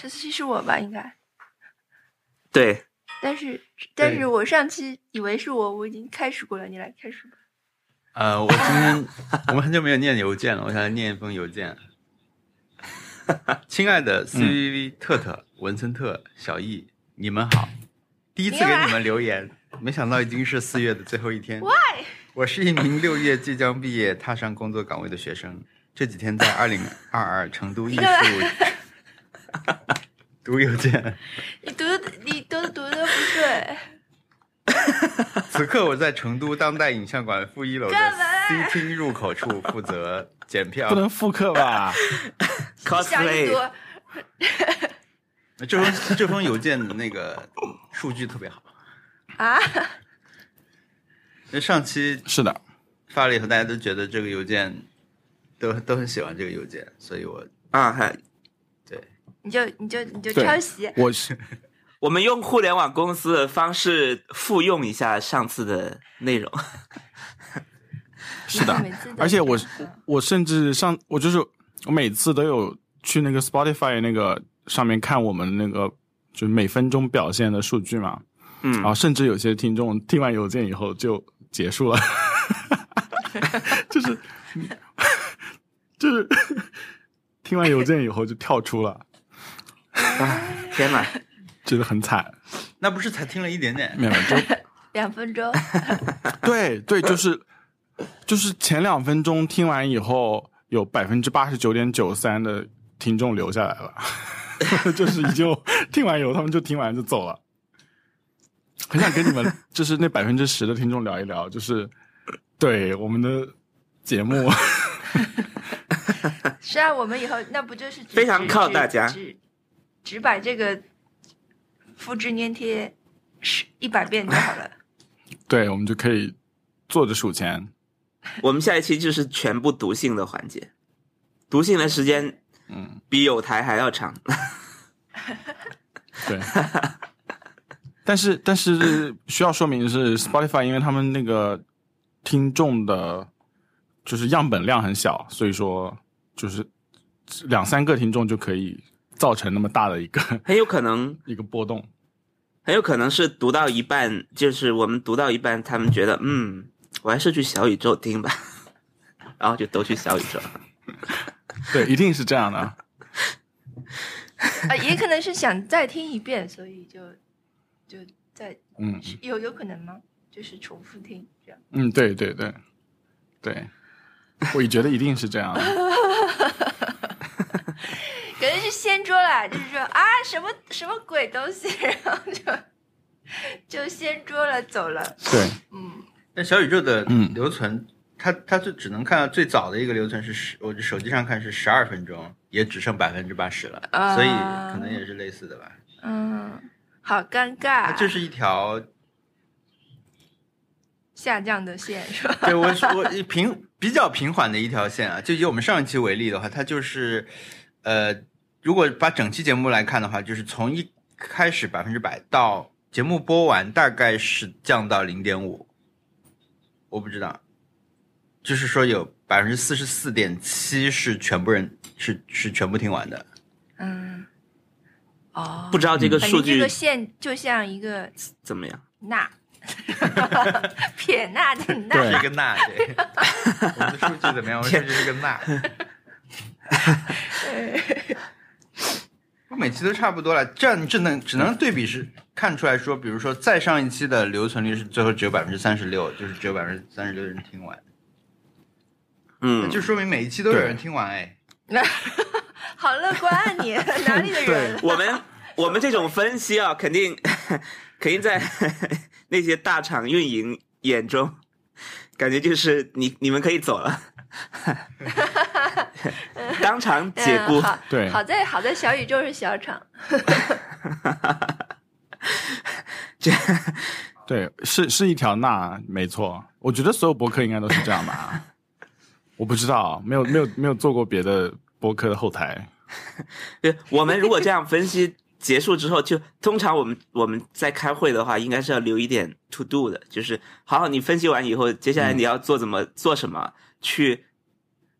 十四期是我吧？应该，对，但是但对是我上期以为是我，我已经开始过了，你来开始吧。呃，我今天我们很久没有念邮件了，我想来念一封邮件。亲爱嗯的 CVV 特特、文森特、小易，你们好！第一次给你们留言，没想到已经是四月的最后一天。 Why？我是一名六月即将毕业、踏上工作岗位的学生，这几天在二零二二成都艺术读邮件。你读的你都读的不对，此刻我在成都当代影像馆负一楼的干嘛 C 厅入口处负责检票不。能复刻吧？想你 cosplay 读这封这封邮件的那个数据特别好，啊？因为上期是的，发了以后，大家都觉得这个邮件都都很喜欢这个邮件，所以我啊，还对你就你就你就对抄袭，我是我们用互联网公司的方式复用一下上次的内容。 是的 每次都，嗯而且我这样我甚至上我就是我每次都有去那个 Spotify 那个上面看我们那个就是每分钟表现的数据嘛，嗯然，后甚至有些听众听完邮件以后就结束了， 就是就是 听完邮件以后就跳出了，天哪，觉得很惨。那不是才听了一点点没有，就两分钟， 对对，就是就是前两分钟听完以后，有百分之八十九点九三的听众留下来了， 就是已经听完以后，他们就听完就走了。很想跟你们，就是那百分之十的听众聊一聊，就是对我们的节目， 实际上我们以后那不就是只非常只靠只大家只只把这个复制粘贴是一百遍就好了。对我们就可以坐着数钱。我们下一期就是全部读信的环节，读信的时间，嗯，比有台还要长。对。但是，但是需要说明的是，Spotify 因为他们那个听众的，就是样本量很小，所以说就是两三个听众就可以造成那么大的一个，很有可能一个波动。很有可能是读到一半，就是我们读到一半，他们觉得，嗯，我还是去小宇宙听吧， 然后就都去小宇宙。对，一定是这样的。啊，也可能是想再听一遍，所以就就再嗯是有有可能吗？就是重复听这样。嗯，对对对对，我也觉得一定是这样的。感觉是掀桌啦，就是说啊，什么什么鬼东西， 然后就就掀桌了，走了。对，嗯，但小宇宙的嗯留存，它它就只能看到最早的一个留存是十，我这手机上看是十二分钟，也只剩百分之八十了，啊所以可能也是类似的吧。嗯，好尴它尬，啊就是一条，下降的线是吧？ 对我我平比较平缓的一条线啊。就以我们上一期为例的话，它就是，呃，如果把整期节目来看的话，就是从一开始百分之百到节目播完，大概是降到零点五，我不知道，就是说有百分之四十四点七是全部人是是全部听完的，嗯，哦，不知道这个反数正这据个线就像一个怎么样？捺， 撇捺的是捺，一个钠。 对，我们的数据怎么样？我们数据是个钠。我每期都差不多了，这样你只能只能对比是看出来说，比如说再上一期的留存率是最后只有百分之三十六，就是只有百分之三十六人听完，那嗯，就说明每一期都有人听完哎。好乐观啊你，哪里的人？啊 我们我们这种分析啊，肯定 肯定在 那些大厂运营眼中，感觉就是你你们可以走了， 当场解雇嗯、。好，对好在好在小宇宙是小厂，对，是是一条钠，没错。我觉得所有博客应该都是这样吧。我不知道，没有没有没有做过别的博客的后台。对，我们如果这样分析结束之后，就通常我们我们在开会的话，应该是要留一点 to do 的，就是好，你分析完以后，接下来你要做怎么、做什么， 去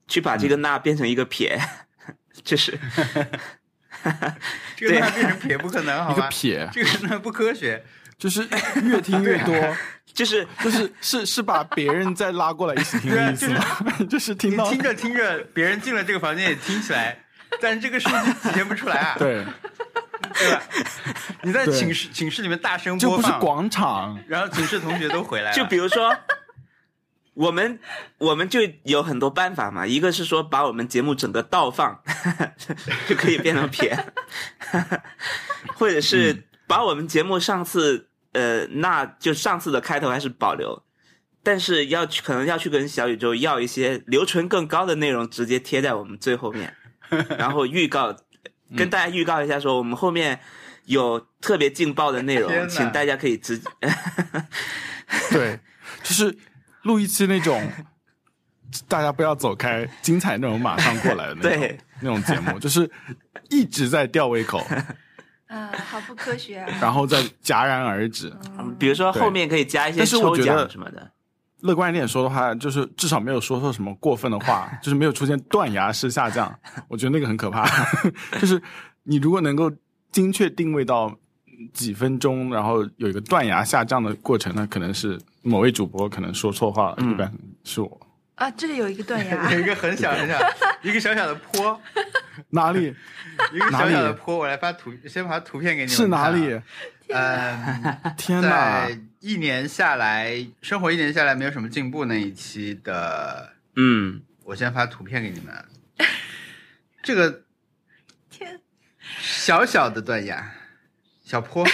去把这个捺变成一个撇，就是这个那变成撇不可能，好一个吧？撇，这个那不科 学。就是越听越 多，就是就是是是把别人再拉过来一起听的意思 吗？就是听你到听着听着，别人进了这个房间也听起来，但是这个数据体现不出来啊，对，对吧？你在对寝室寝室里面大声就播不是放，广场，然后寝室同学都回来了，就比如说，我们我们就有很多办法嘛，一个是说把我们节目整个倒放， 就可以变成片， 或者嗯是把我们节目上次呃，那就上次的开头还是保留。但是要去，可能要去跟小宇宙要一些留存更高的内容，直接贴在我们最后 面，然后预告，嗯跟大家预告一下，说我们后面有特别劲爆的内天哪容，请大家可以直对，就是录一期那种大家不要走开，精彩内容马上过来的那种对那种节目，就是一直在吊胃口，嗯，好不科学啊！然后再戛然而止。嗯比如说对后面可以加一些但是抽我觉得奖什么的，乐观一点说的话，就是至少没有说错什么过分的 话，就是没有出现断崖式下降。我觉得那个很可怕，就是你如果能够精确定位到几分钟，然后有一个断崖下降的过程，那可能是某位主播可能说错话了，嗯一般是我啊，这里有一个断崖 有，一个很小很小，一个小小的坡，哪里一个哪小里小的坡，我来发图，先把图片给你们。啊是哪里？？嗯，天哪！在一年下来，生活一年下来没有什么进步那一期的，嗯，我先发图片给你们。 这个天，小小的断崖，小坡，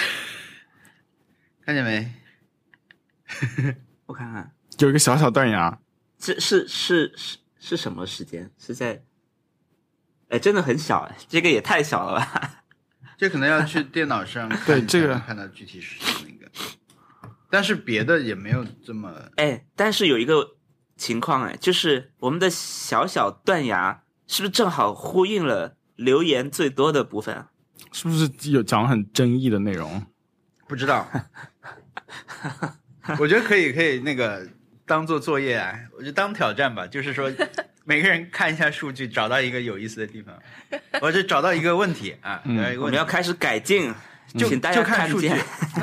看见没？我看看，有一个小小断崖，这是是是是什么时间？是在，哎，真的很小，哎，这个也太小了吧？ 这可能要去电脑上看 对一下这个看到具体是那个，但是别的也没有这么哎，但是有一个情况，哎，就是我们的小小断崖是不是正好呼应了留言最多的部分？啊是不是有讲很争议的内容？不知 道。我觉得可以，可以那个当做作业啊，我就当挑战吧。就 是说，每个人看一下数据，找到一个有意思的地方，或者找到一个问题啊，嗯找到一个我们问题要。开始改进，就请大家就看数据见。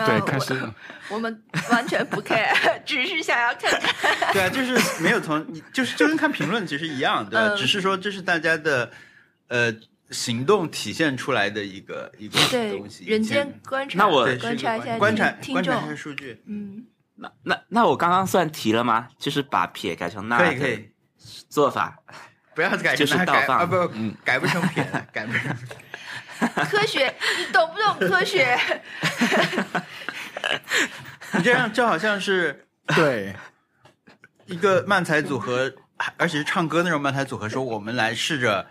对，嗯开始我我们完全不 care，只 是想要看看。 对啊，就是没有从，就是就跟看评论其实一样，对吧？嗯只是说这是大家的呃行动体现出来的一个一个对东西。，人以前间观察，那我对观是察一下观察听观察一下众数据，嗯，那那那我刚刚算题了吗？就是把撇改啊成那可以的可以，做法，不要改就成是它倒改放啊不嗯，改不成 撇了，改不成。科学，你懂不懂科学？你这样就好像是对，一个漫才组合，而且是唱歌那种漫才组合，说我们来试着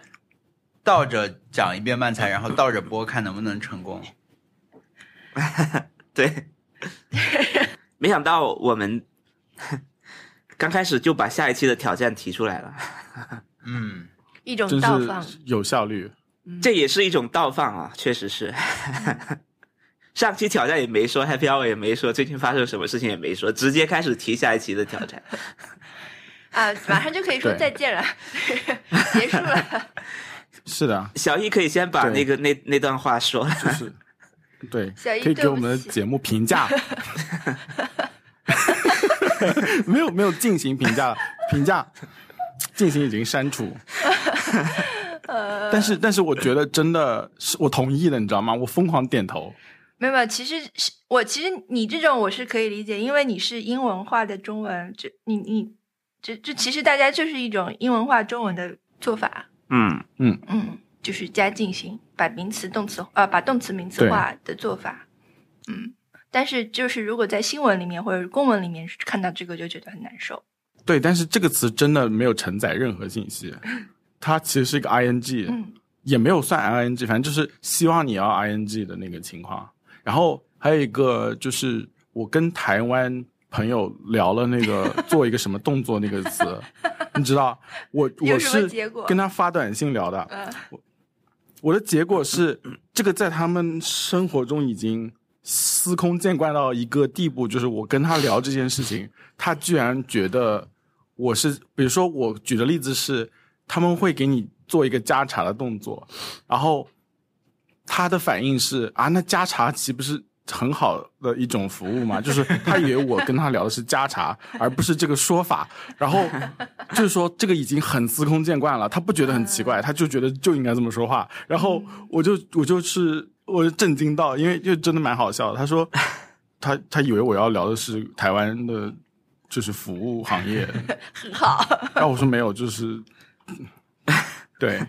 倒着讲一遍漫才，然后倒着播，看能不能成功。 对，没想到我们刚开始就把下一期的挑战提出来了，嗯，一种真倒放，是有效率。这也是一种倒放啊，确实是。嗯 上期挑战也没说，Happy Hour 也没说，最近发生什么事情也没说，直接开始提下一期的挑战。啊，马上就可以说对再见了， 结束了。是的，小易可以先把对那个那那段话说了，就是 对，小姨可以对给不我们的起节目 评价。 没有没有进行评价了，评价进行已经 删除。但是但是我觉得真的是我同意的，你知道吗？我疯狂点头。没有，没有，其实是我，其实你这种我是可以理解，因为你是英文化的中文，这你你这这其实大家就是一种英文化中文的做法，嗯，嗯，就是加进行，把名词动词呃把动词名词化的做法，嗯，但是就是如果在新闻里面或者公文里面看到这个就觉得很难受，对，但是这个词真的没有承载任何信息，它其实是一个 ing，、嗯也没有算 ing，反正就是希望你要 ing 的那个情况。然后还有一个就是我跟台湾朋友聊了那个做一个什么动作那个 词，你知道，我有我什么是结果跟他发短信聊的，呃我的结果是这个在他们生活中已经司空见惯到一个地步，就是我跟他聊这件事情，他居然觉得我是，比如说我举的例子是，他们会给你做一个加茶的动作，然后他的反应是啊，那加茶岂不是很好的一种服务嘛？就是他以为我跟他聊的是加茶，而不是这个说法。然后就是说这个已经很司空见惯了，他不觉得很奇怪，他就觉得就应该这么说话。然后我就我就是我就震惊到，因为就真的蛮好笑的。他说他他以为我要聊的是台湾的，就是服务行业。很好， 然后我说没有，就是对。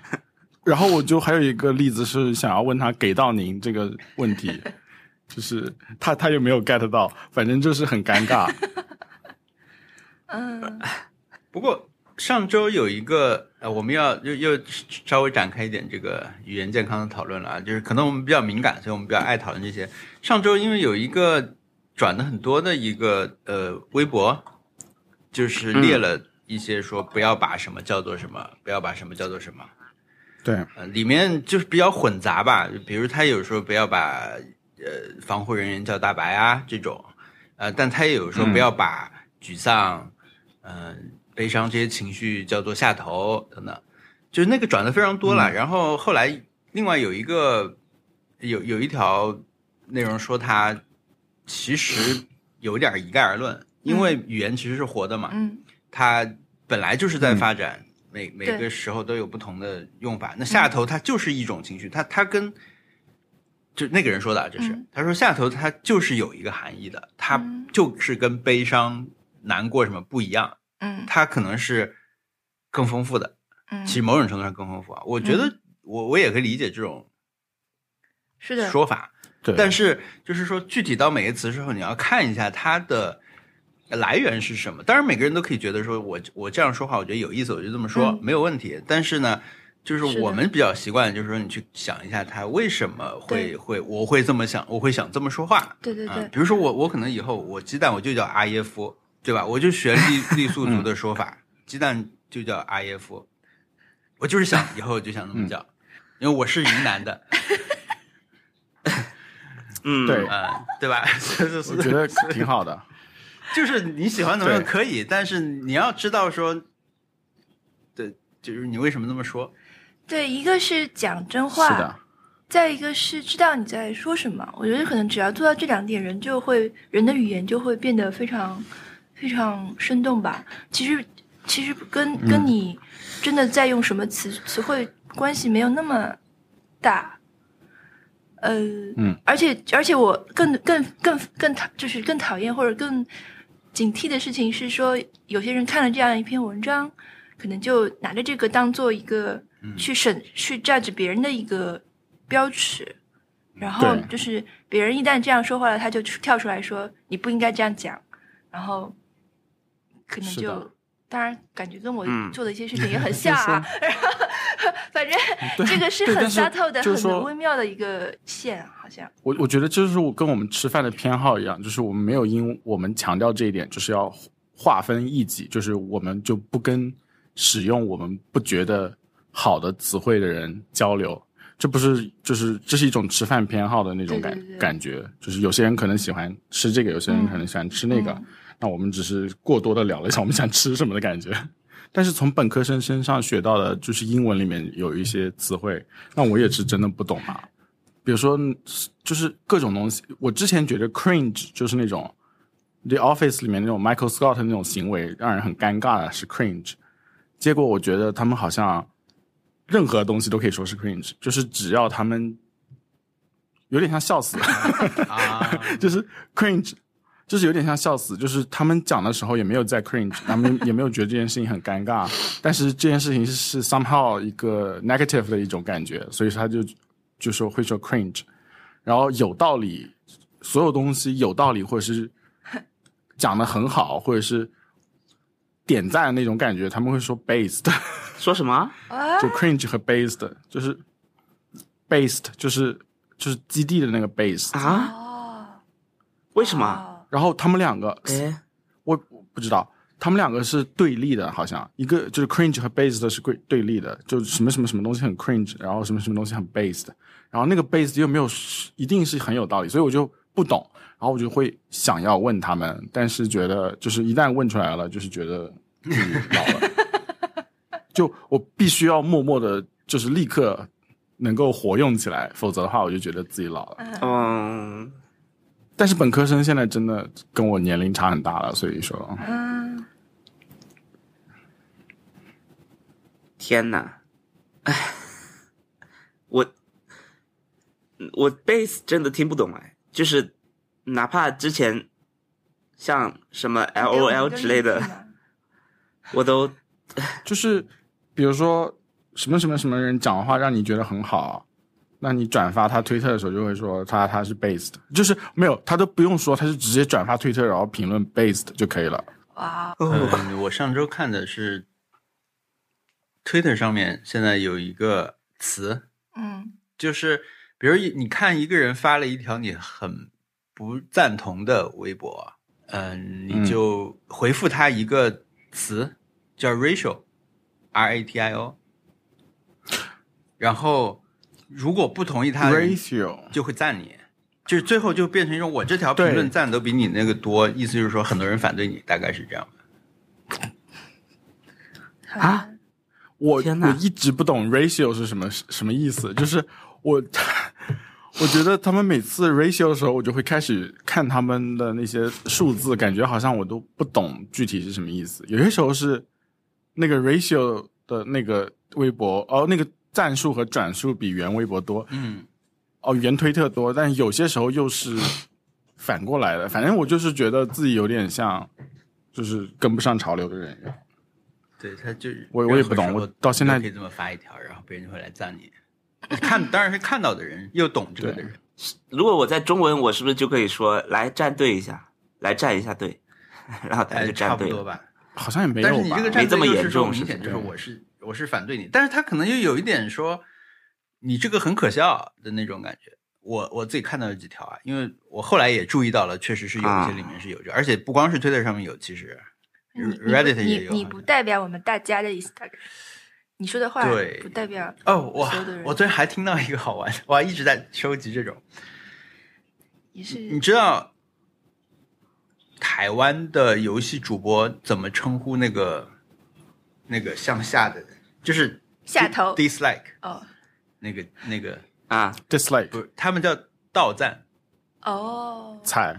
然后我就还有一个例子是想要问他“给到您”这个问题，就是他他有没有 get 到，反正就是很尴尬。嗯，不过上周有一个，呃，我们要又又稍微展开一点这个语言健康的讨论了啊，就是可能我们比较敏感，所以我们比较爱讨论这些。上周因为有一个转的很多的一个呃微博，就是列了一些说不要把什么叫做什么，不要把什么叫做什么， 对，呃，里面就是比较混杂吧，比如他有时候不要把呃防护人员叫大白啊这种，呃，但他也有时候不要把沮丧、嗯、悲伤这些情绪叫做下头等等，就是那个转的非常多了。然后后来另外有一个有有一条内容说他其实有点一概而论，因为语言其实是活的嘛，嗯，它本来就是在发展，每每对嗯个时候都有不同的用法。那下头它就是一种情绪，它它跟就那个人说的啊，这是、嗯他说下头它就是有一个含义的，它嗯就是跟悲伤、难过什么不一样，嗯它可能是更丰富的，嗯，其实某种程度上更丰富啊。我觉得我我也可以理解这种是的，说法，对，但是就是说，具体到每个词之后，你要看一下它的来源是什么。当然，每个人都可以觉得说我我这样说话，我觉得有意思，我就这么说、嗯没有问题。但是呢，就是是的我们比较习惯，就是说你去想一下他为什么会对会我会这么想，我会想这么说话。对对啊对，比如说我我可能以后我鸡蛋我就叫阿耶夫，对吧？我就学傈傈僳族的说法，嗯鸡蛋就叫阿耶夫。我就是想以后我就想这么叫，嗯因为我是云南的。嗯，对嗯，对吧？ 就是我觉得挺好的。就是你喜欢怎么样对可以，但是你要知道说，对，就是你为什么这么说？对，一个是讲真是话，的，再一个是知道你在说什么。我觉得可能只要做到这两点，人就会人的语言就会变得非常非常生动吧。其实其实跟嗯跟你真的在用什么词词汇关系没有那么大。呃，嗯，而且而且我更更更更讨就是更讨厌或者更警惕的事情是说，有些人看了这样一篇文章，可能就拿着这个当做一个嗯去审、去 judge 别人的一个标尺，然后对就是别人一旦这样说话了，他就跳出来说你不应该这样讲，然后可能是的就当然感觉跟我嗯做的一些事情也 很像啊，然后反正嗯对这个对很但是杀透的、就是很说微妙的一个线，啊好像我我觉得就是我跟我们吃饭的偏好一样，就是我们没有因我们强调这一点，就是要划分异己，就是我们就不跟使用我们不觉得好的词汇的人交流。这不是就是这是一种吃饭偏好的那种对感对对感觉，就是有些人可能喜欢吃这个，有些人可能喜欢吃那个。嗯那我们只是过多的聊了一下我们想吃什么的感觉。但是从本科生身上学到的，就是英文里面有一些词汇，那我也是真的不懂啊。比如说，就是各种东西，我之前觉得 cringe 就是那种 The Office 里面那种 Michael Scott 的那种行为，让人很尴尬的是 cringe。结果我觉得他们好像任何东西都可以说是 cringe，就是只要他们有点像笑死，啊，就是 cringe，就是有点像笑死，就是他们讲的时候也没有在 cringe，他们也没有觉得这件事情很尴尬，但是这件事情是 somehow 一个 negative 的一种感觉，所以他就就说会说 cringe，然后有道理，所有东西有道理或者是讲的很好，或者是点赞的那种感觉，他们会说 based。 说什么？啊就 cringe 和 based，就是 based 就是就是基地的那个 base，、啊？哦，为什么？啊然后他们两个哎，我我不知道，他们两个是对立的，好像一个就是 cringe 和 based 是对对立的，就是什么什么什么东西很 cringe，然后什么什么东西很 based，然后那个 based 又没有一定是很有道理，所以我就不懂，然后我就会想要问他们，但是觉得就是一旦问出来了，就是觉得自 己老了，就我必须要默默的，就是立刻能够活用起来，否则的话我就觉得自己老了。嗯，嗯，但是本科生现在真的跟我年龄差很大了，所以说嗯，天呐，哎，我我 bass 真的听不懂哎，就是哪怕之前像什么给 L 我 O 们一 L 个之类例子的，吧，我都 就是比如说什么什么什么人讲的话让你觉得很好，那你转发他推特的时候就会说他他是 based，就是没有他都不用说，他是直接转发推特然后评论 based 就可以了。哇，哦嗯，我上周看的是 Twitter 上面现在有一个词，嗯就是比如你看一个人发了一条你很不赞同的微博，嗯，嗯你就回复他一个词叫 “ratio”，R A T I O，然后如果不同意他的人 ratio 就会赞你，就是最后就变成一种我这条评论对赞都比你那个多，意思就是说很多人反对你，大概是这样。啊，我天哪我一直不懂 ratio 是什么什么意思，就是我我觉得他们每次 ratio 的时候，我就会开始看他们的那些数字，感觉好像我都不懂具体是什么意思。有些时候是那个 ratio 的那个微博哦，那个赞数和转数比原微博多嗯，哦，原推特多，但有些时候又是反过来的。反正我就是觉得自己有点像，就是跟不上潮流的人一样。对，他就是我我也不懂任何时候我到现在都可以这么发一条，然后别人就会来赞你。看，当然是看到的人又懂这个的人，如果我在中文，我是不是就可以说来站队一下，来站一下队， 然后大家哎，就差站不队多了。吧。好像也没有但吧。是你这个没站这么队就严是重说明是显就是对我是我是反对你，但是他可能又有一点说你这个很可笑的那种感觉。我我自己看到有几条啊，因为我后来也注意到了，确实是有一啊些里面是有这，而且不光是推特上面有，其实你你不 Reddit 也你有你好不像代表我们大家的 Instagram，你说的话对不代表哦，我所有的人我昨天还听到一个好玩的，我还一直在收集这种，也是嗯你知道台湾的游戏主播怎么称呼那个那个向下的，就是下头 dislike 哦那个那个啊， dislike 不是，他们叫倒赞，哦，踩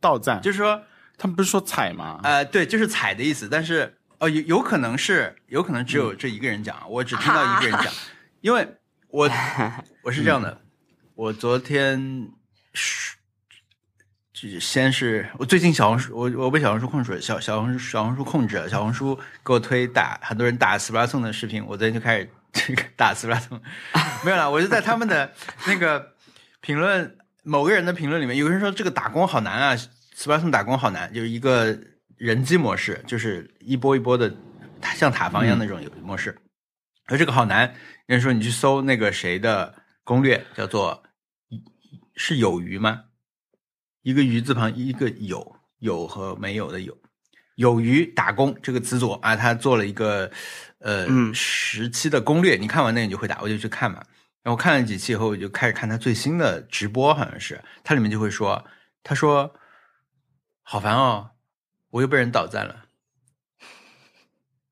到赞，就是说他们不是说踩吗？哎呃对，就是踩的意思，但是哦有有可能是有可能只有这一个人讲，我只听到一个人讲， 因为 我我是这样的，我昨天是就是先是我最近小红书，我我被小红书控制了，小小红书小红书控制了，啊小红书给我推打很多人打斯巴拉送的视频，我昨天就开始这个打斯巴拉 送，没有啦，我就在他们的那个评论某个人的评论里面，有个人说这个打工好难啊，斯巴拉送打工好难，就是一个人机模式，就是一波一波的像塔防一样那种有模式，而这个好难，人家说你去搜那个谁的攻略，叫做是有鱼吗？一个鱼字旁，一个有有和没有的有。有鱼打工这个词组啊，他做了一个呃嗯时期的攻略，你看完那个你就会打，我就去看嘛。然后看了几期以后，我就开始看他最新的直播，好像是他里面就会说，他说好烦哦，我又被人倒赞了。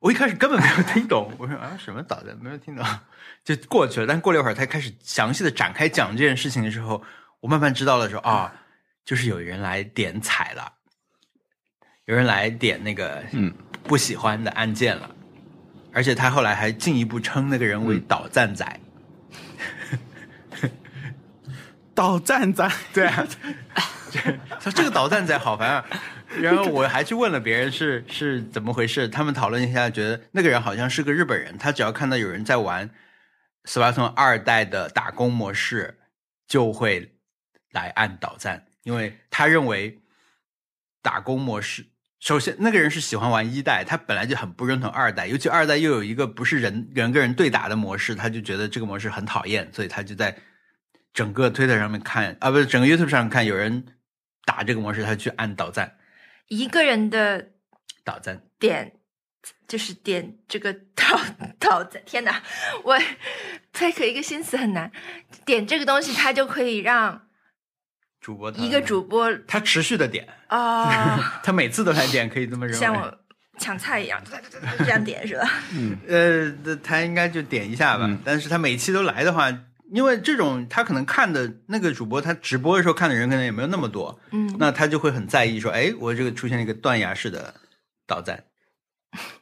我一开始根本没有听懂，我说啊什么导弹没有听懂，就过去了。但过了一会儿，他开始详细的展开讲这件事情的时候，我慢慢知道了说啊，就是有人来点踩了，有人来点那个嗯不喜欢的按键了，而且他后来还进一步称那个人为导赞仔。到赞赞， 对啊，这这个导弹仔好烦啊！ 然后我还去问了别人是是怎么回事，他们讨论一下，觉得那个人好像是个日本人，他只要看到有人在玩斯巴通二代的打工模式，就会来按导赞，因为他认为打工模式。首先，那个人是喜欢玩一代，他本来就很不认同二代，尤其二代又有一个不是人人跟人对打的模式，他就觉得这个模式很讨厌，所以他就在整个 Twitter 上面看啊，不是整个 YouTube 上看有人打这个模式，他去按导赞，一个人的导赞。点，就是点这个导导赞。天哪，我 take 一个新词很难。点这个东西，它就可以让主播一个主播他持续的点，啊、他每次都嗯来点，可以这么认为。像我抢菜一样，这样点是吧？呃，他应该就点一下吧。嗯但是他每期都来的话，因为这种他可能看的那个主播，他直播的时候看的人可能也没有那么多，嗯，那他就会很在意说，哎，我这个出现了一个断崖式的倒赞，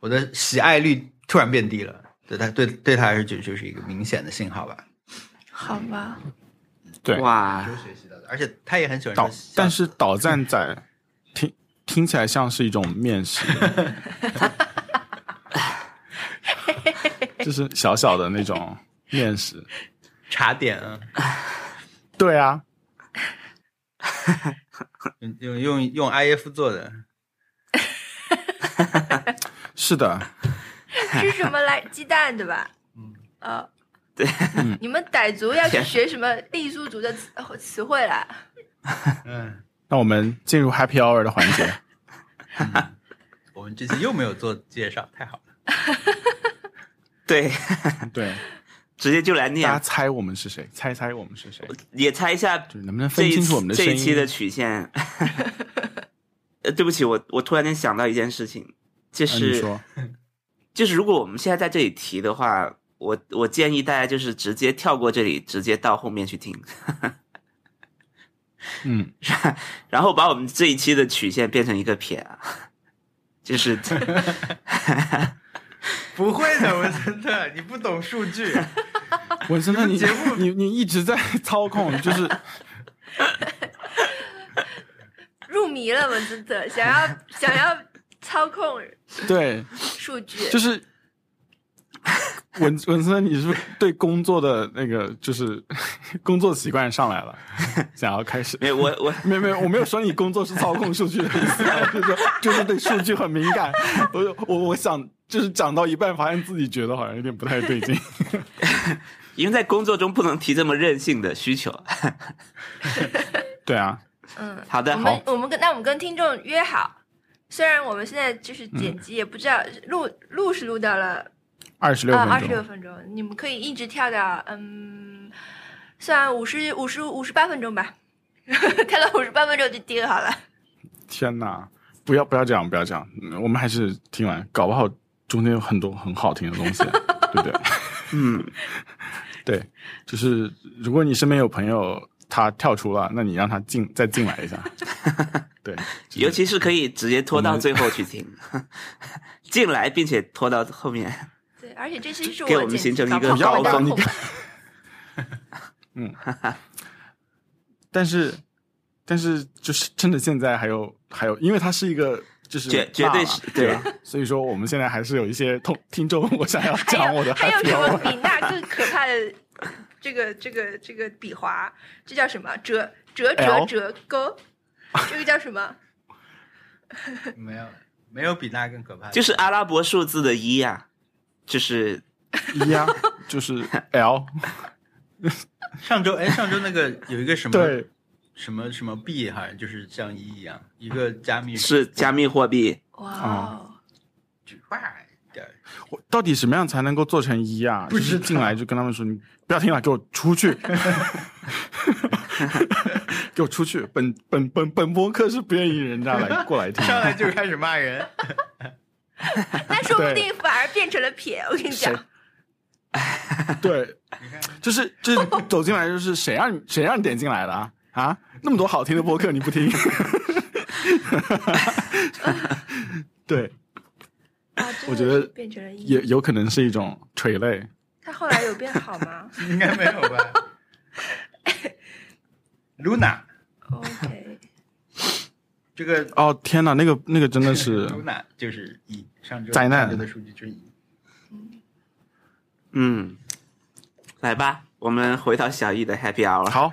我的喜爱率突然变低了，对他对对他来说就就是一个明显的信号吧。好吧，对哇，学习到的，而且他也很喜欢导说小，但是导赞仔听听起来像是一种面食， 就是小小的那种面食。茶点啊，对啊，用用用用 IF 做的，是的，吃什么来鸡蛋对吧？嗯，呃，对 嗯你们傣族要去学什么傈僳族的词呃词汇来？嗯，那我们进入 Happy Hour 的环节。嗯 我们这次又没有做介绍，太好了。对， 对，直接就来大家念，猜我们是谁？猜猜我们是谁？也猜一下就是能不能这分一清楚我们的这声音？啊一期的曲线。 呃，对不起，我我突然间想到一件事情，就啊你是、说就是如果我们现在在这里提的话，我我建议大家就是直接跳过这里，直接到后面去听，嗯，然后把我们这一期的曲线变成一个撇啊， 就是不会的，我真的，你不懂数据。文森特， 你节目你你一直在 操控，就是入迷了文森特，想要想要操控对，数据，就是文 文森特，你是不是对工作的那个就是 工作习惯上来了，想要开始？没有我我没有没有，我没有说你工作是操控数据的意思啊，我就说就是对数据很敏感。我我我想就是讲到一半，发现自己觉得好像有点不太对劲。 因为在工作中不能提这么任性的需求。对啊，嗯，好的我好们我们跟那我们跟听众约好，虽然我们现在就是剪辑也不知道、录录是录到了二十六啊分钟，二十六分钟，你们可以一直跳到嗯，算五十五十五十八分钟吧， 跳到五十八分钟就定好了。天哪！不要不要这样，不要这样，嗯我们还是听完，搞不好中间有很多很好听的东西，啊对不对？嗯，对，就是如果你身边有朋友他跳出了，那你让他进再进来一下。对，就是尤其是可以直接拖我到们最后去听， 进来并且拖到后面。对，而且这期是给我我们剪形辑成搞一个不好高会峰当空但是但是就是真的现在还有还有，因为它是一个。就是绝绝骂对嘛是对吧，所以说我们现在还是有一些同听众，我想要还讲有我的还有 happy 什 hour 么比那更可怕的这个这个这个笔划？这叫什么？折折折 L 折钩？这个叫什么？ 没有，没有比那更可怕的。就是啊阿拉伯数字的一呀、就是一呀，就是 L 上周，哎，上周那个 有一个什么对什么什么币，好像就是像一一样，一个加密是加密货币。哇哦！哇对我到底什么样才能够做成一啊？不就知道是进来就跟他们说，你不要听了，给我出 去，给我出去！本本本本播客是不愿意人家 来过来听的，上来就开始骂人， 那说不对定反而变成了撇。我跟你讲谁， 对，就是就是走进来就是谁让你谁让你点进来的啊啊？那么多好听的播客你不听？ 对，啊，真的我觉得是变成了一。也有可能是一种垂泪。他后来有变好吗应该没有吧 ？Luna， ？OK，这个哦天哪，那个那个真的 是 Luna 就是一上周灾难上周的数据就是一，嗯，来吧，我们回到小易的 Happy Hour。，好，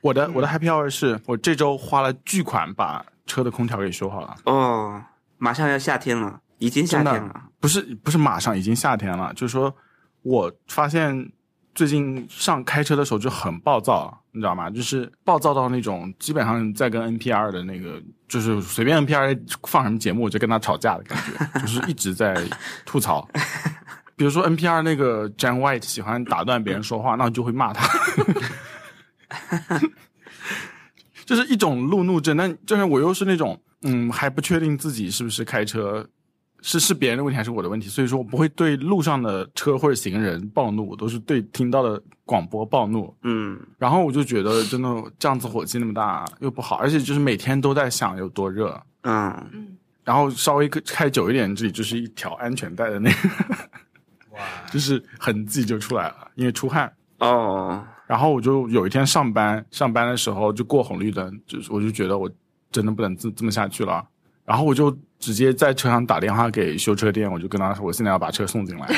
我的我的 Happy Hour 是我这周花了巨款把车的空调给修好了，哦，马上要夏天了，已经夏真的天了。不是不是马上已经夏天了，就是说我发现最近上开车的时候就很暴躁，你知道吗？就是暴躁到那种基本上在跟 NPR 的那个就是随便 NPR 放什么节目我就跟他吵架的感觉，就是一直在吐槽。比如说 NPR 那个 Jan White 喜欢打断别人说话，那我就会骂他。 就是一种路怒症，但就是我又是那种，嗯，还不确定自己是不是开车是是别人的问题还是我的问题，所以说我不会对路上的车或者行人暴怒，我都是对听到的广播暴怒。嗯，然后我就觉得真的这样子火气那么大又不好，而且就是每天都在想有多热，嗯，嗯，然后稍微开久一点，这里就是一条安全带的那个， 哇，就是痕迹就出来了，因为出汗。哦，然后我就有一天上班，上班的时候就过红绿灯，就是我就觉得我真的不能这这么下去了，然后我就直接在车上打电话给修车店，我就跟他说我现在要把车送进来，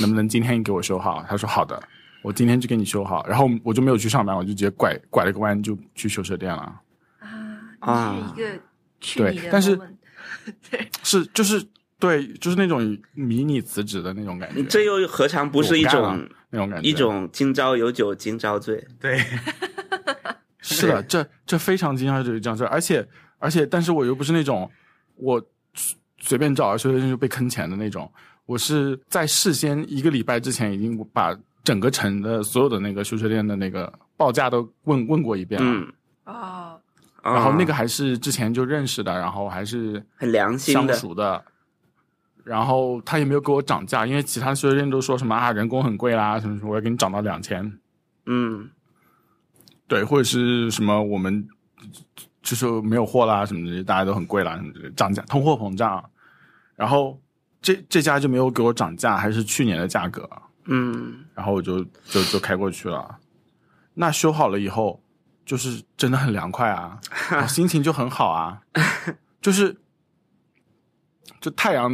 能不能今天给我修好？他说好的，我今天就给你修好。然后我就没有去上班，我就直接拐拐了个弯就去修车店了。啊，你是一个去对你的 moment，但是对，是就是对，就是那种迷你辞职的那种感觉，这又何尝不是一我干种了那种感觉，一种今朝有酒今朝醉？对，是的，这这非常经常就是这样事儿，而且而且，但是我又不是那种我随随便找个修车店就被坑钱的那种，我是在事先一个礼拜之前已经把整个城的所有的那个修车店的那个报价都问问过一遍了，嗯，哦，然啊然后那个还是之前就认识的，然后还是很良心相的，熟的。然后他也没有给我涨价，因为其他修车店都说什么啊人工很贵啦，什么什么，我要给你涨到两千，嗯对，或者是什么我们就是没有货啦什么之类，大家都很贵啦什么之类，涨价通货膨胀，啊然后这这家就没有给我涨价，还是去年的价格，啊嗯，然后我就就就开过去了。那修好了以后，就是真的很凉快啊，我心情就很好啊，就是就太阳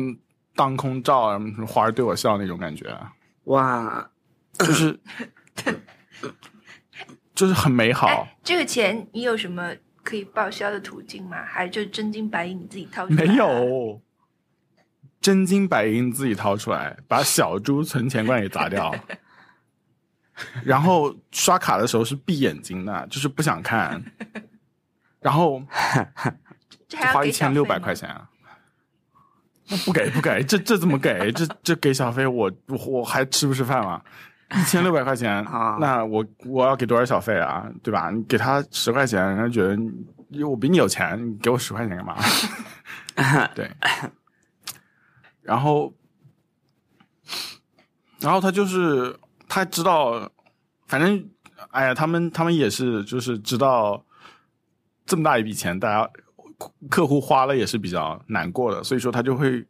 当空照，什么花儿对我笑那种感觉啊，哇，就是就是很美好。哎，这个钱你有什么可以报销的途径吗？还是就真金白银你自己掏出来？ 啊没，有，真金白银自己掏出来，把小猪存钱罐给砸掉，然后刷卡的时候是闭眼睛的，就是不想看，然后这还要花给一千六百块钱啊。那不给不给，这这怎么给？这这给小费我我我还吃不吃饭啊了？一千六百块钱啊那我我要给多少小费啊？对吧？你给他十块钱，人家觉得你我比你有钱，你给我十块钱干嘛？ 对，然后，然后他就是他知道，反正哎呀，他们他们也是就是知道这么大一笔钱，大家客户花了也是比较难过的，所以说他就会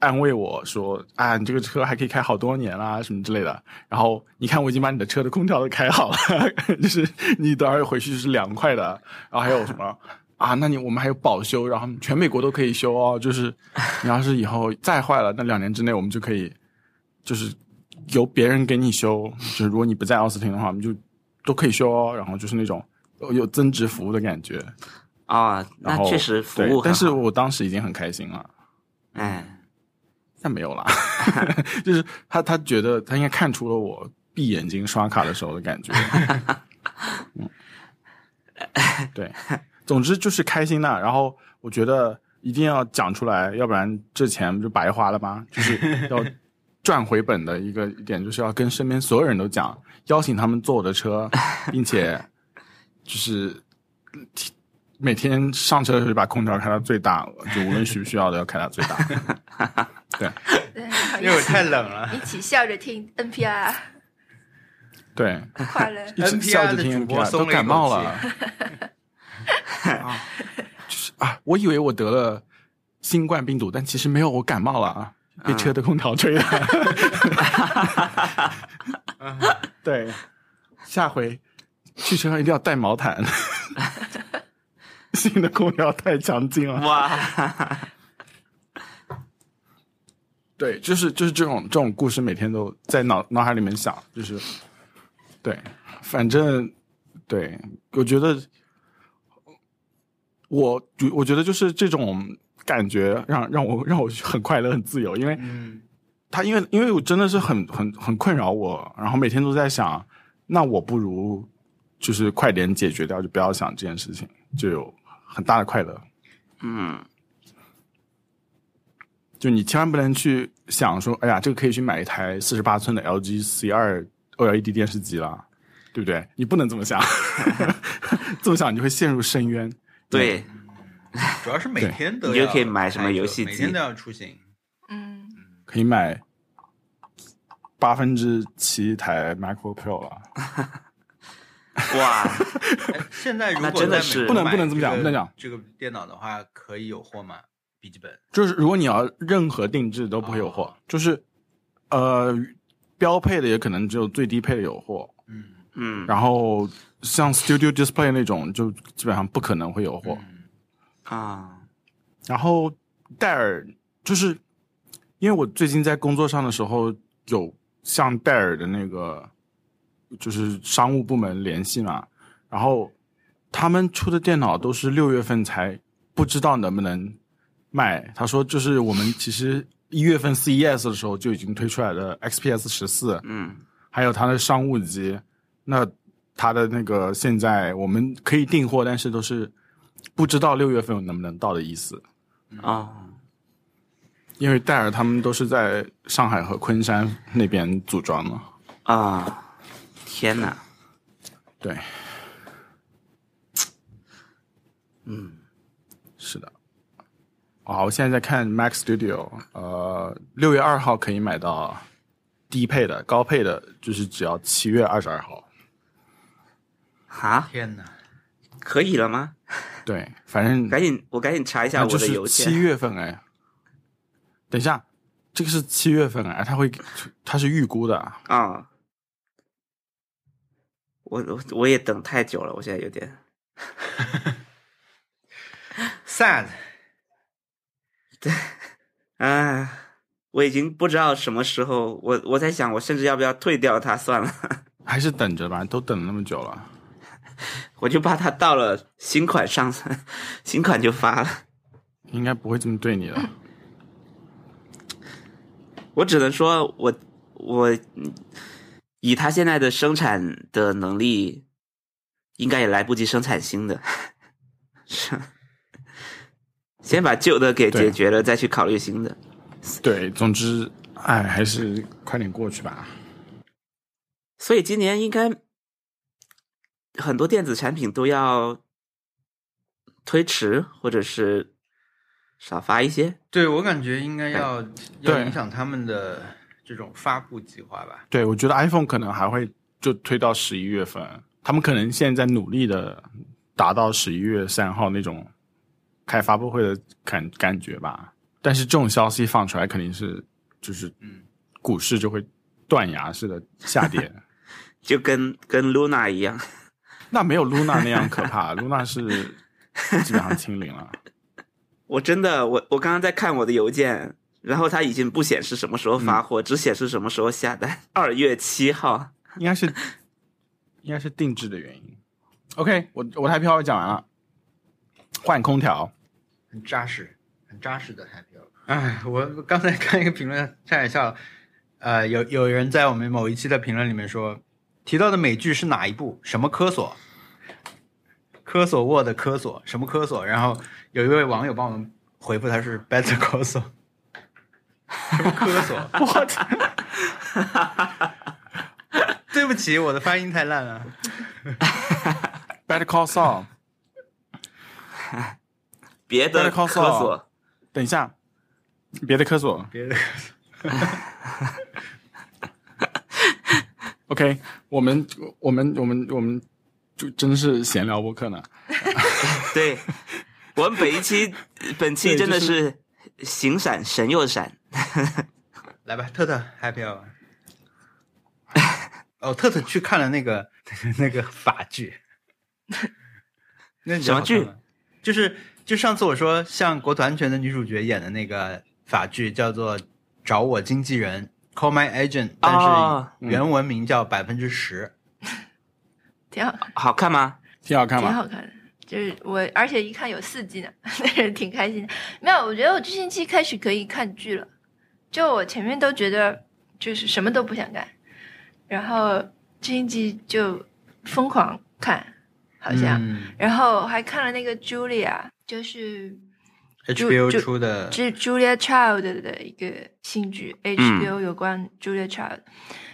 安慰我说：“啊，你这个车还可以开好多年啦，什么之类的。”然后你看，我已经把你的车的空调都开好了， 就是你等会儿回去是凉快的。然后还有什么 啊？那你我们还有保修，然后全美国都可以修哦。就是你要是以后再坏了，那两年之内我们就可以，就是由别人给你修。就是如果你不在奥斯汀的话，我们就都可以修哦。然后就是那种呃有增值服务的感觉。啊、那然后确实服对务很好，但是我当时已经很开心了。哎，但没有啦， 就是他他觉得他应该看出了我闭眼睛刷卡的时候的感觉。嗯， 对，总之就是开心的。然后我觉得一定要讲出来，要不然这钱不就白花了吗？就是要赚回本的一个一点，就是要跟身边所有人都讲，邀请他们坐我的车，并且就是每天上车的时候就把空调开到最大，就无论需不需要都要开到最大。对，好意因为我思太冷 了。一起笑着听 NPR 对，快乐。一直 NPR 笑着的主听播 NPR，松都了一感冒口 了。啊就是啊，我以为我得了新冠病毒，但其实没有，我感冒了啊，被车的空调吹的。 对，下回去车上一定要带毛毯。 新的空调太强劲了。哇，对，就是就是这种这种故事，每天都在脑脑海里面想，就是对，反正对，我觉得我我觉得就是这种感觉让让我让我很快乐很自由，因为嗯，他因为因为我真的是很很很困扰我，然后每天都在想，那我不如就是快点解决掉，就不要想这件事情，就有很大的快乐。嗯就你千万不能去想说，哎呀，这个可以去买一台四十八寸的 LG C 二 OLED 电视机了，对不对？你不能这么想， 这么想你就会陷入深渊。对，主要是每天都你就要可以买什么开车游戏机每天都要出行。嗯可以买八分之七台 MacBook Pro 了。哇，哎现在如 那果真的在美是国不能买不能这么讲个不能讲这个电脑的话，可以有货吗？笔记本就是如果你要任何定制都不会有货，哦就是呃标配的也可能只有最低配的有货，嗯嗯， 然后像 Studio Display 那种就基本上不可能会有货。嗯啊，然后戴尔就是因为我最近在工作上的时候有向戴尔的那个就是商务部门联系嘛，然后他们出的电脑都是六月份才不知道能不能卖。他说就是我们其实一月份 CES 的时候就已经推出来的 XPS 十四，嗯还有它的商务机，那它的那个现在我们可以订货，但是都是不知道六月份能不能到的意思。哦，因为戴尔他们都是在上海和昆山那边组装的。啊，天哪，对，嗯，是的。好，我现在在看 Mac Studio，呃，六月二号可以买到低配的，高配的就是只要七月二十二号。哈，天哪，可以了吗？对，反正赶紧，我赶紧查一下那我就的邮是件七。月份哎。等一下，这个是七月份哎，它会它是预估的，啊、我我我也等太久了，我现在有点 sad，啊，我已经不知道什么时候，我我在想，我甚至要不要退掉它算了， 还是等着吧，都等了那么久了。我就怕它到了新款上，新款就发了。应该不会这么对你的，我只能说我我嗯以它现在的生产的能力，应该也来不及生产新的， 是先把旧的给对解决了，再去考虑新的。对，总之，哎，还是快点过去吧。所以今年应该很多电子产品都要推迟，或者是少发一些。对我感觉应该要要哎对影响他们的这种发布计划吧。对，我觉得 iPhone 可能还会就推到十一月份，他们可能现在在努力的达到十一月三号那种开发布会的感感觉吧。但是这种消息放出来，肯定是就是嗯股市就会断崖式的下跌。就跟跟 Luna 一样，那没有 Luna 那样可怕，Luna 是基本上清零了。我真的我我刚刚在看我的邮件，然后它已经不显示什么时候嗯发货，只显示什么时候下单。二月七号，应该是应该是定制的原因。OK，我我台票讲完了，换空调。很扎实，很扎实的 happy hour。哎，我刚才看一个评论，差点笑了。呃，有有人在我们某一期的评论里面说，提到的美剧是哪一部？什么科索？科索沃的科索？什么科索？然后有一位网友帮我们回复，他是 Better Call Saul。什么科索？我操！对不起，我的发音太烂了。 Better Call Saul， 别的 Better Call 科 Saul 索等一下，别的科索。别的 OK，我们我们我们我们就真是闲聊播客呢。 对我们本一期本期对真的就是形闪神又闪，来吧，特特 happy hour。哦，特特去看了那个 那个法剧，那你觉得好看什么吗？就是就上次我说像国土安全的女主角演的那个法剧叫做《找我经纪人》（Call My Agent），但哦是原文名叫百分之十。挺好看，好看吗？挺好看挺吧？好看的。就是我，而且一看有四季呢， 挺开心的。没有，我觉得我这星期开始可以看剧了。就我前面都觉得就是什么都不想干，然后这星期就疯狂看，好像。嗯然后还看了那个 Julia，就是就，HBO 就出的是 Julia Child 的一个新剧，HBO 有关 Julia Child，、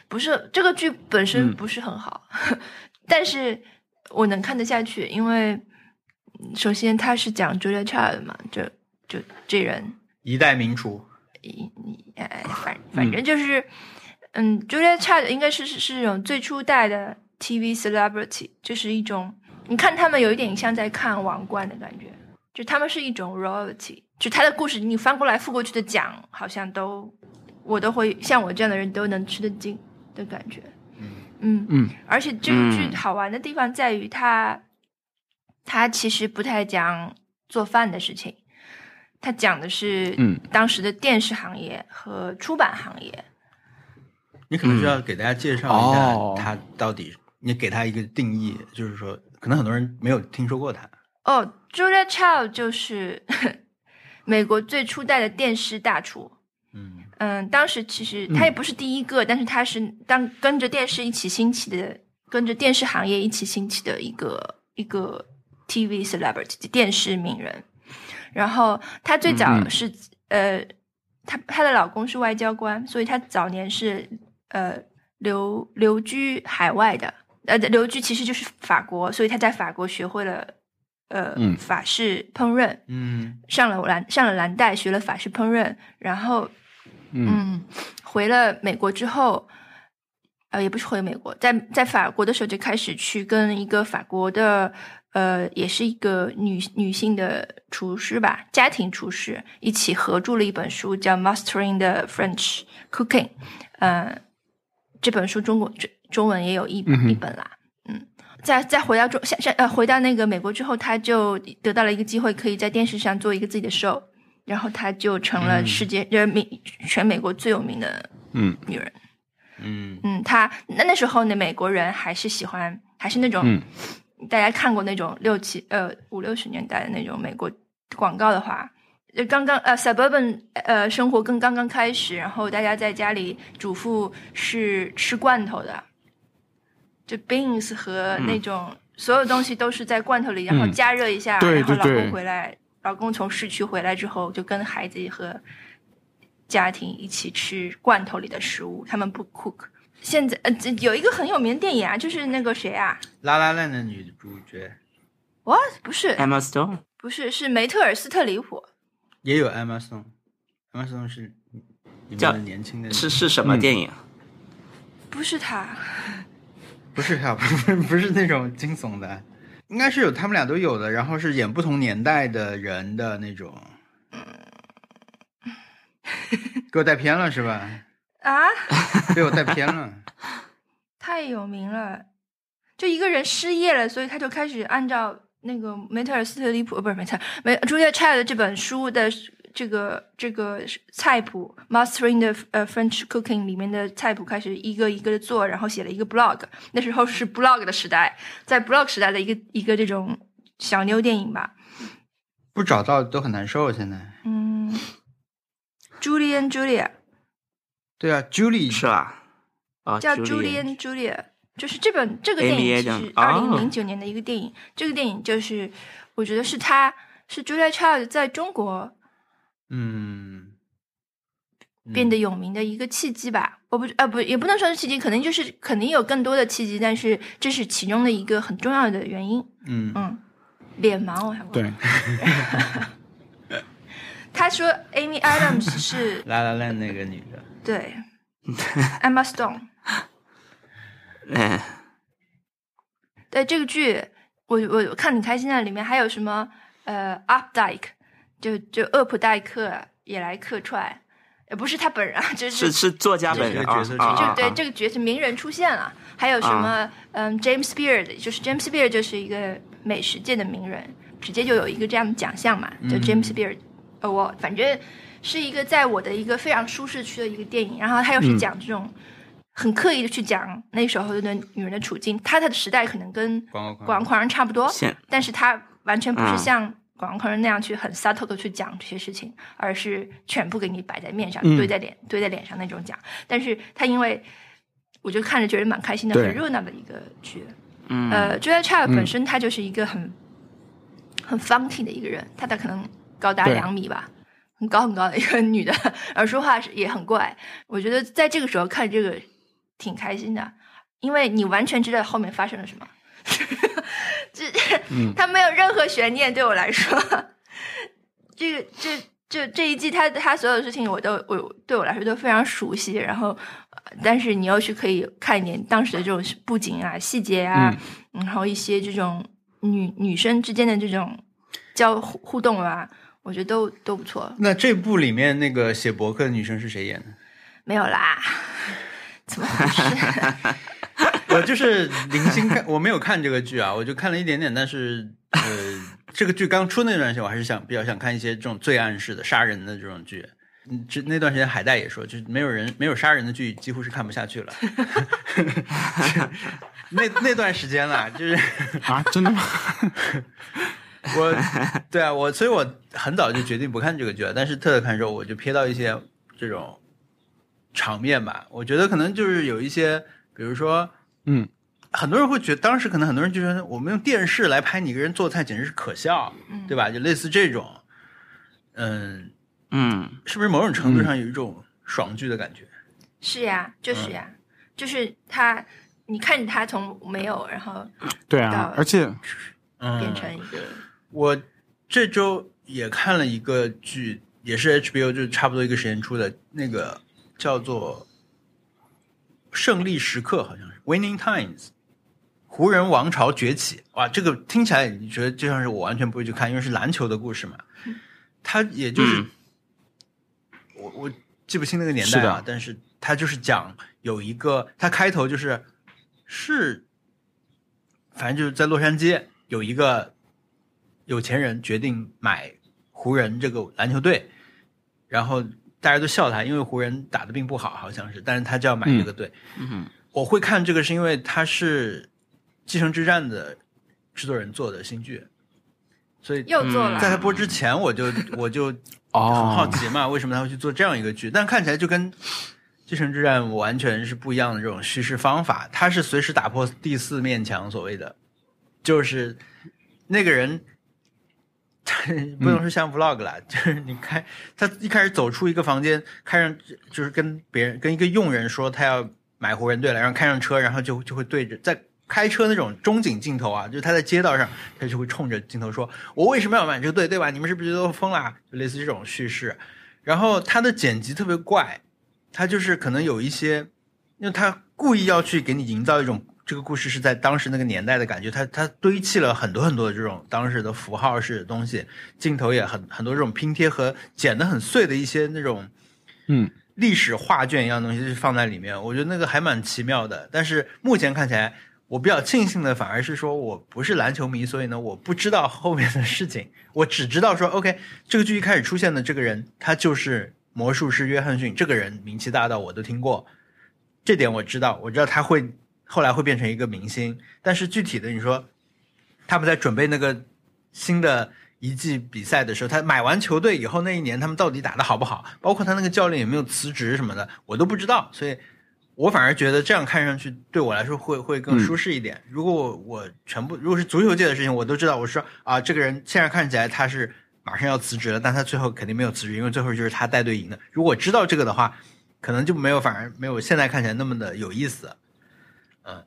不是这个剧本身嗯不是很好， 但是我能看得下去，因为嗯首先他是讲 Julia Child 嘛，这就这人一代名厨，你你哎，反反正就是，嗯 j u l i a Child 应该是是是一种最初代的 TV celebrity，就是一种你看他们有一点像在看王冠的感觉，就他们是一种 royalty，就他的故事你翻过来覆过去的讲，好像都我都会像我这样的人都能吃得进的感觉，嗯嗯，而且这个剧嗯好玩的地方在于它，它其实不太讲做饭的事情，它讲的是嗯当时的电视行业和出版行业。你可能需要给大家介绍一哦下他到底，你给他一个定义，就是说，可能很多人没有听说过他。哦、j u l i a Child 就是 美国最初代的电视大厨。嗯，嗯，当时其实他也不是第一个，但是他是当跟着电视一起兴起的，跟着电视行业一起兴起的一个一个 TV celebrity 电视名人。然后她最早嗯是、呃，她她的老公是外交官，所以她早年是呃留留居海外的，呃留居其实就是法国，所以她在法国学会了呃、嗯法式烹饪，嗯，上了蓝上了蓝带学了法式烹饪，然后嗯嗯，回了美国之后，呃，也不是回美国，在在法国的时候就开始去跟一个法国的，呃，也是一个女女性的厨师吧，家庭厨师一起合著了一本书，叫《Mastering the French Cooking》，呃，这本书中国中中文也有一嗯哼一本啦，嗯。再再回到中下下呃回到那个美国之后，他就得到了一个机会，可以在电视上做一个自己的 show，然后她就成了嗯世界呃美全美国最有名的嗯女人。嗯，嗯，她那那时候呢，美国人还是喜欢还是那种、嗯大家看过那种六七呃五六十年代的那种美国广告的话。呃刚刚呃，suburban 呃生活更刚刚开始，然后大家在家里主妇是吃罐头的，就 beans 和那种、所有东西都是在罐头里，然后嗯加热一下，对然后对老公对回来，老公从市区回来之后，就跟孩子和家庭一起吃罐头里的食物，他们不 cook。现在呃，这有一个很有名的电影啊，就是那个谁啊拉拉烂的女主角，what 不是 Emma Stone，不是是梅特尔斯特里普，也有 Emma Stone，Emma Stone 是里面叫的年轻的，是是什么嗯电影？不是他，不是啊？不是不是那种惊悚的，应该是有他们俩都有的，然后是演不同年代的人的那种。给我带偏了是吧？啊，被我带偏了。太有名了。就一个人失业了，所以他就开始按照那个梅特尔斯特里普，呃不是梅特尔梅朱叶柴的这本书的这个这个菜谱《Mastering the 呃 French Cooking》里面的菜谱开始一个一个的做，然后写了一个 blog。那时候是 blog 的时代，在 blog 时代的一个一个这种小妞电影吧。不找到都很难受。现在，嗯，Julian Julia 对啊，Julie 是吧？啊，叫 Julian Julian Julia，就是这本这个电 NBA 影其这样实二零哦零九年的一个电影，这个电影就是我觉得是他是 Julia Child 在中国嗯，嗯变得有名的一个契机吧。我不啊不也不能说是契机，可能就是肯定有更多的契机，但是这是其中的一个很重要的原因。嗯嗯，脸盲我还忘了对，他说 Amy Adams 是 拉拉烂那个女的，对 Emma Stone。嗯，对这个剧，我我我看你开心啊，里面还有什么呃，Updike，就就厄普代克也来客串，呃，不是他本人啊，就是是是作家本这人个啊角色啊是就啊！对啊这个角色名人出现了，还有什么嗯，James Beard，就是 James Beard 就是一个美食界的名人，直接就有一个这样的奖项嘛，叫嗯 James Beard Award，反正是一个在我的一个非常舒适区的一个电影，然后他又是嗯讲这种很刻意的去讲那时候的女人的处境，她的时代可能跟广告广告狂人差不多，现但是他完全不是啊嗯像广告狂人那样去很 subtle 的去讲这些事情，而是全部给你摆在面上，嗯堆在脸堆在脸上那种讲。但是他因为我就看着觉得蛮开心的，对很热闹的一个剧。嗯呃 j u l i a Child 嗯本身他就是一个很、很 funky 的一个人，他的可能高达对两米吧，很高很高的一个女的，然后说话是也很怪。我觉得在这个时候看这个挺开心的，因为你完全知道后面发生了什么， 这嗯他没有任何悬念对我来说。这个这这这一季他他所有事情我都我对我来说都非常熟悉，然后呃但是你又去可以看一点当时的这种布景啊、细节啊，嗯然后一些这种女女生之间的这种交互互动啊，我觉得都都不错。那这部里面那个写博客的女生是谁演的？没有啦， 怎么回事？ 我就是零星 看，我没有看这个剧啊，我就看了一点点，但是呃，这个剧刚出那段时间，我还是想比较想看一些这种罪案式的杀人的这种剧。嗯，这那段时间海带也说，就是没有人没有杀人的剧几乎是看不下去了。 那那段时间啦，就是啊，真的吗？ 我对啊，我所以我很早就决定不看这个剧了。但是特特看的时候，我就瞥到一些这种场面吧。我觉得可能就是有一些，比如说，嗯，很多人会觉得，当时可能很多人就觉得，我们用电视来拍你一个人做菜，简直是可笑，嗯对吧？就类似这种，嗯，嗯，是不是某种程度上有一种爽剧的感觉？是呀，就是呀，嗯就是他，你看着他从没有，然后对啊，而且嗯，变成一个，我这周也看了一个剧，也是 HBO，就差不多一个时间出的，那个叫做《胜利时刻》，好像是《Winning Times》，湖人王朝崛起。哇，这个听起来你觉得就像是我完全不会去看，因为是篮球的故事嘛。它也就是、嗯我我记不清那个年代是了、的但是它就是讲有一个，它开头就是是，反正就是在洛杉矶有一个有钱人决定买湖人这个篮球队，然后大家都笑他，因为湖人打的并不好，好像是，但是他就要买这个队。嗯，我会看这个是因为它是《继承之战》的制作人做的新剧，所以又做了在他播之前我就 我就很好哦，奇嘛，为什么他会去做这样一个剧？但看起来就跟《继承之战》完全是不一样的这种叙事方法，他是随时打破第四面墙，所谓的就是那个人。 不能说像 vlog 啦，就是你开他一开始走出一个房间，开上就是跟别人跟一个佣人说他要买湖人队了，然后开上车，然后就就会对着在开车那种中景镜头啊，就是他在街道上，他就会冲着镜头说：“我为什么要买这个队，对吧？你们是不是都疯啦？”就类似这种叙事。然后他的剪辑特别怪，他就是可能有一些，因为他故意要去给你营造一种这个故事是在当时那个年代的感觉，他他堆砌了很多很多的这种当时的符号式的东西，镜头也很很多这种拼贴和剪得很碎的一些那种嗯，历史画卷一样的东西就放在里面，我觉得那个还蛮奇妙的。但是目前看起来，我比较庆幸的反而是说我不是篮球迷，所以呢，我不知道后面的事情，我只知道说，OK，这个剧一开始出现的这个人，他就是魔术师约翰逊，这个人名气大到我都听过，这点我知道，我知道他会后来会变成一个明星，但是具体的你说他们在准备那个新的一季比赛的时候，他买完球队以后那一年，他们到底打的好不好，包括他那个教练有没有辞职什么的，我都不知道。所以我反而觉得这样看上去对我来说会会更舒适一点。如果我我全部如果是啊足球界的事情，我都知道，我说啊，这个人现在看起来他是啊马上要辞职了，但他最后肯定没有辞职，因为最后就是他带队赢的。如果我知道这个的话，可能就没有反而没有现在看起来那么的有意思。嗯，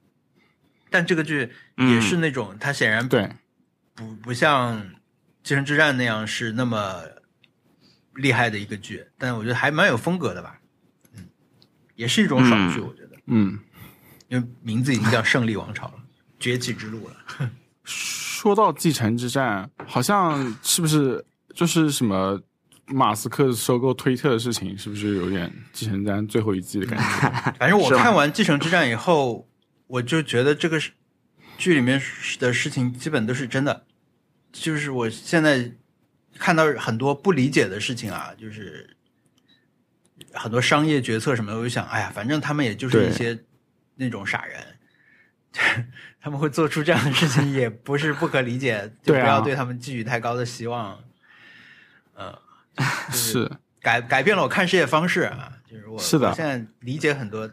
但这个剧也是那种，他显然哦对，不不像《继承之战》那样是那么厉害的一个剧，但我觉得还蛮有风格的吧。嗯，也是一种爽剧，嗯我觉得，嗯。因为名字已经叫《胜利王朝》了，崛起之路了。说到继承之战，好像是不是就是什么马斯克收购推特的事情，是不是有点继承之战最后一季的感觉？反正我是吗看完《继承之战》以后，我就觉得这个是剧里面的事情基本都是真的。就是我现在看到很多不理解的事情啊，就是很多商业决策什么的，我就想，哎呀，反正他们也就是对一些那种傻人， 他们会做出这样的事情也不是不可理解，就不对啊要对他们寄予太高的希望。嗯、就是是，改改变了我看世界方式啊，就是我是的我现在理解很多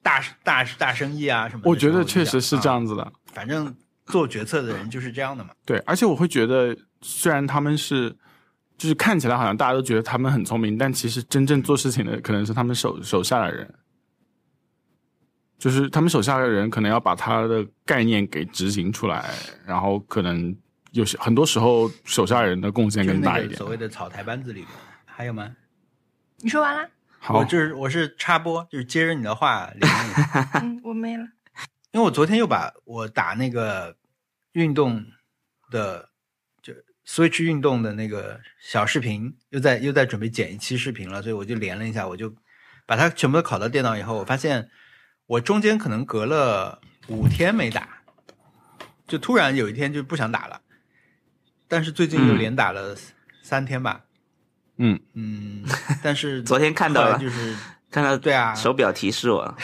大大大生意啊什么的时候。我觉得确实是这啊样子的。反正做决策的人就是这样的嘛。对，而且我会觉得，虽然他们是，就是看起来好像大家都觉得他们很聪明，但其实真正做事情的可能是他们手手下的人，就是他们手下的人可能要把他的概念给执行出来，然后可能有些很多时候手下人的贡献就是更大那一个点。所谓的草台班子理论。还有吗？你说完了？好我，就是我是插播，就是接着你的话，李宁嗯，我没了。因为我昨天又把我打那个运动的，就 Switch 运动的那个小视频，又在又在准备剪一期视频了，所以我就连了一下，我就把它全部都拷到电脑以后，我发现我中间可能隔了五天没打，就突然有一天就不想打了，但是最近又嗯连打了三天吧，嗯 嗯，但是昨天看到了后来就是看到对啊手表提示我 了，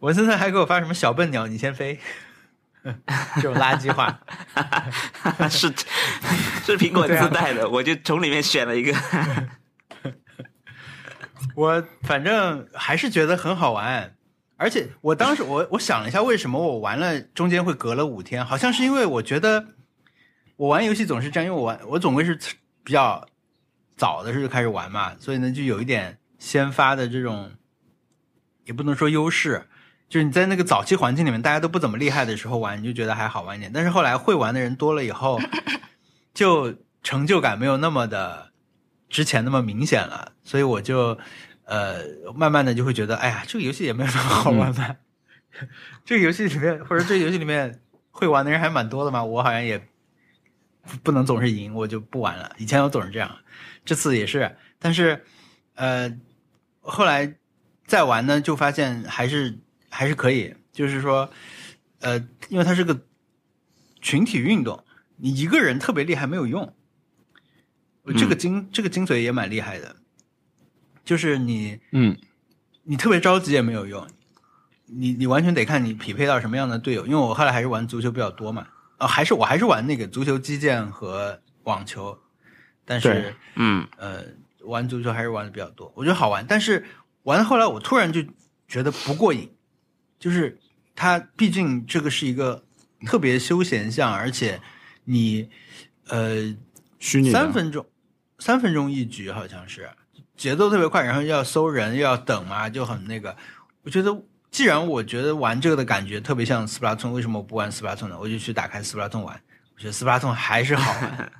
文森特还给我发什么小笨鸟，你先飞， 这种垃圾话。是 是苹果对啊自带的，我就从里面选 了一个。我反正还是觉得很好玩，而且我当时我我想了一下，为什么我玩了中间会隔了五天？好像是因为我觉得我玩游戏总是这样，因为我玩我总归是比较早的时候就开始玩嘛，所以呢就有一点先发的这种，也不能说优势，就是你在那个早期环境里面大家都不怎么厉害的时候玩，你就觉得还好玩一点。但是后来会玩的人多了以后，就成就感没有那么的之前那么明显了，所以我就呃慢慢的就会觉得，哎呀，这个游戏也没有那么好玩吧。 这个游戏里面，或者这个游戏里面会玩的人还蛮多的嘛，我好像也不不能总是赢，我就不玩了。以前我总是这样，这次也是，但是呃，后来再玩呢，就发现还是还是可以，就是说，呃，因为它是个群体运动，你一个人特别厉害没有用。这个精、这个精髓也蛮厉害的，就是你嗯你特别着急也没有用，你你完全得看你匹配到什么样的队友。因为我后来还是玩足球比较多嘛，呃，还是我还是玩那个足球、击剑和网球，但是对嗯，呃，玩足球还是玩的比较多，我觉得好玩。但是玩到后来，我突然就觉得不过瘾，就是它毕竟这个是一个特别休闲项，而且你呃虚拟的三分钟，三分钟一局好像是，节奏特别快，然后又要搜人，又要等嘛，就很那个。我觉得，既然我觉得玩这个的感觉特别像斯普拉通，为什么我不玩斯普拉通呢？我就去打开斯普拉通玩，我觉得斯普拉通还是好 玩，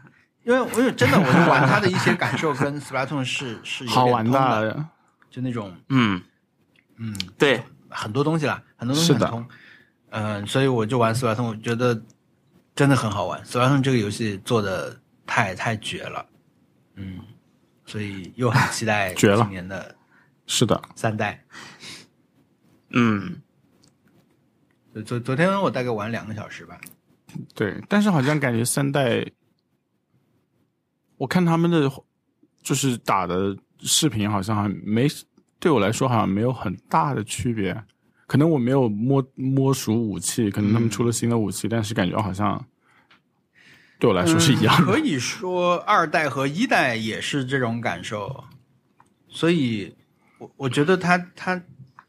因为我有真的，我就玩它的一些感受跟斯普拉通是是有点好玩通的，的，就那种嗯，嗯，对，很多东西啦，很多东西是很的通。嗯、所以我就玩斯巴通，我觉得真的很好玩。斯巴通这个游戏做的太太绝了，嗯，所以又很期待 绝了今年的是的，三代。嗯，昨昨昨天我大概玩两个小时吧，对。但是好像感觉三代，我看他们的就是打的视频，好像还没对我来说好像没有很大的区别。可能我没有摸摸熟武器，可嗯能他们出了新的武器，但是感觉好像对我来啊说是一样嗯的。 可以说二代和一代也是这种感受，所以我我觉得它它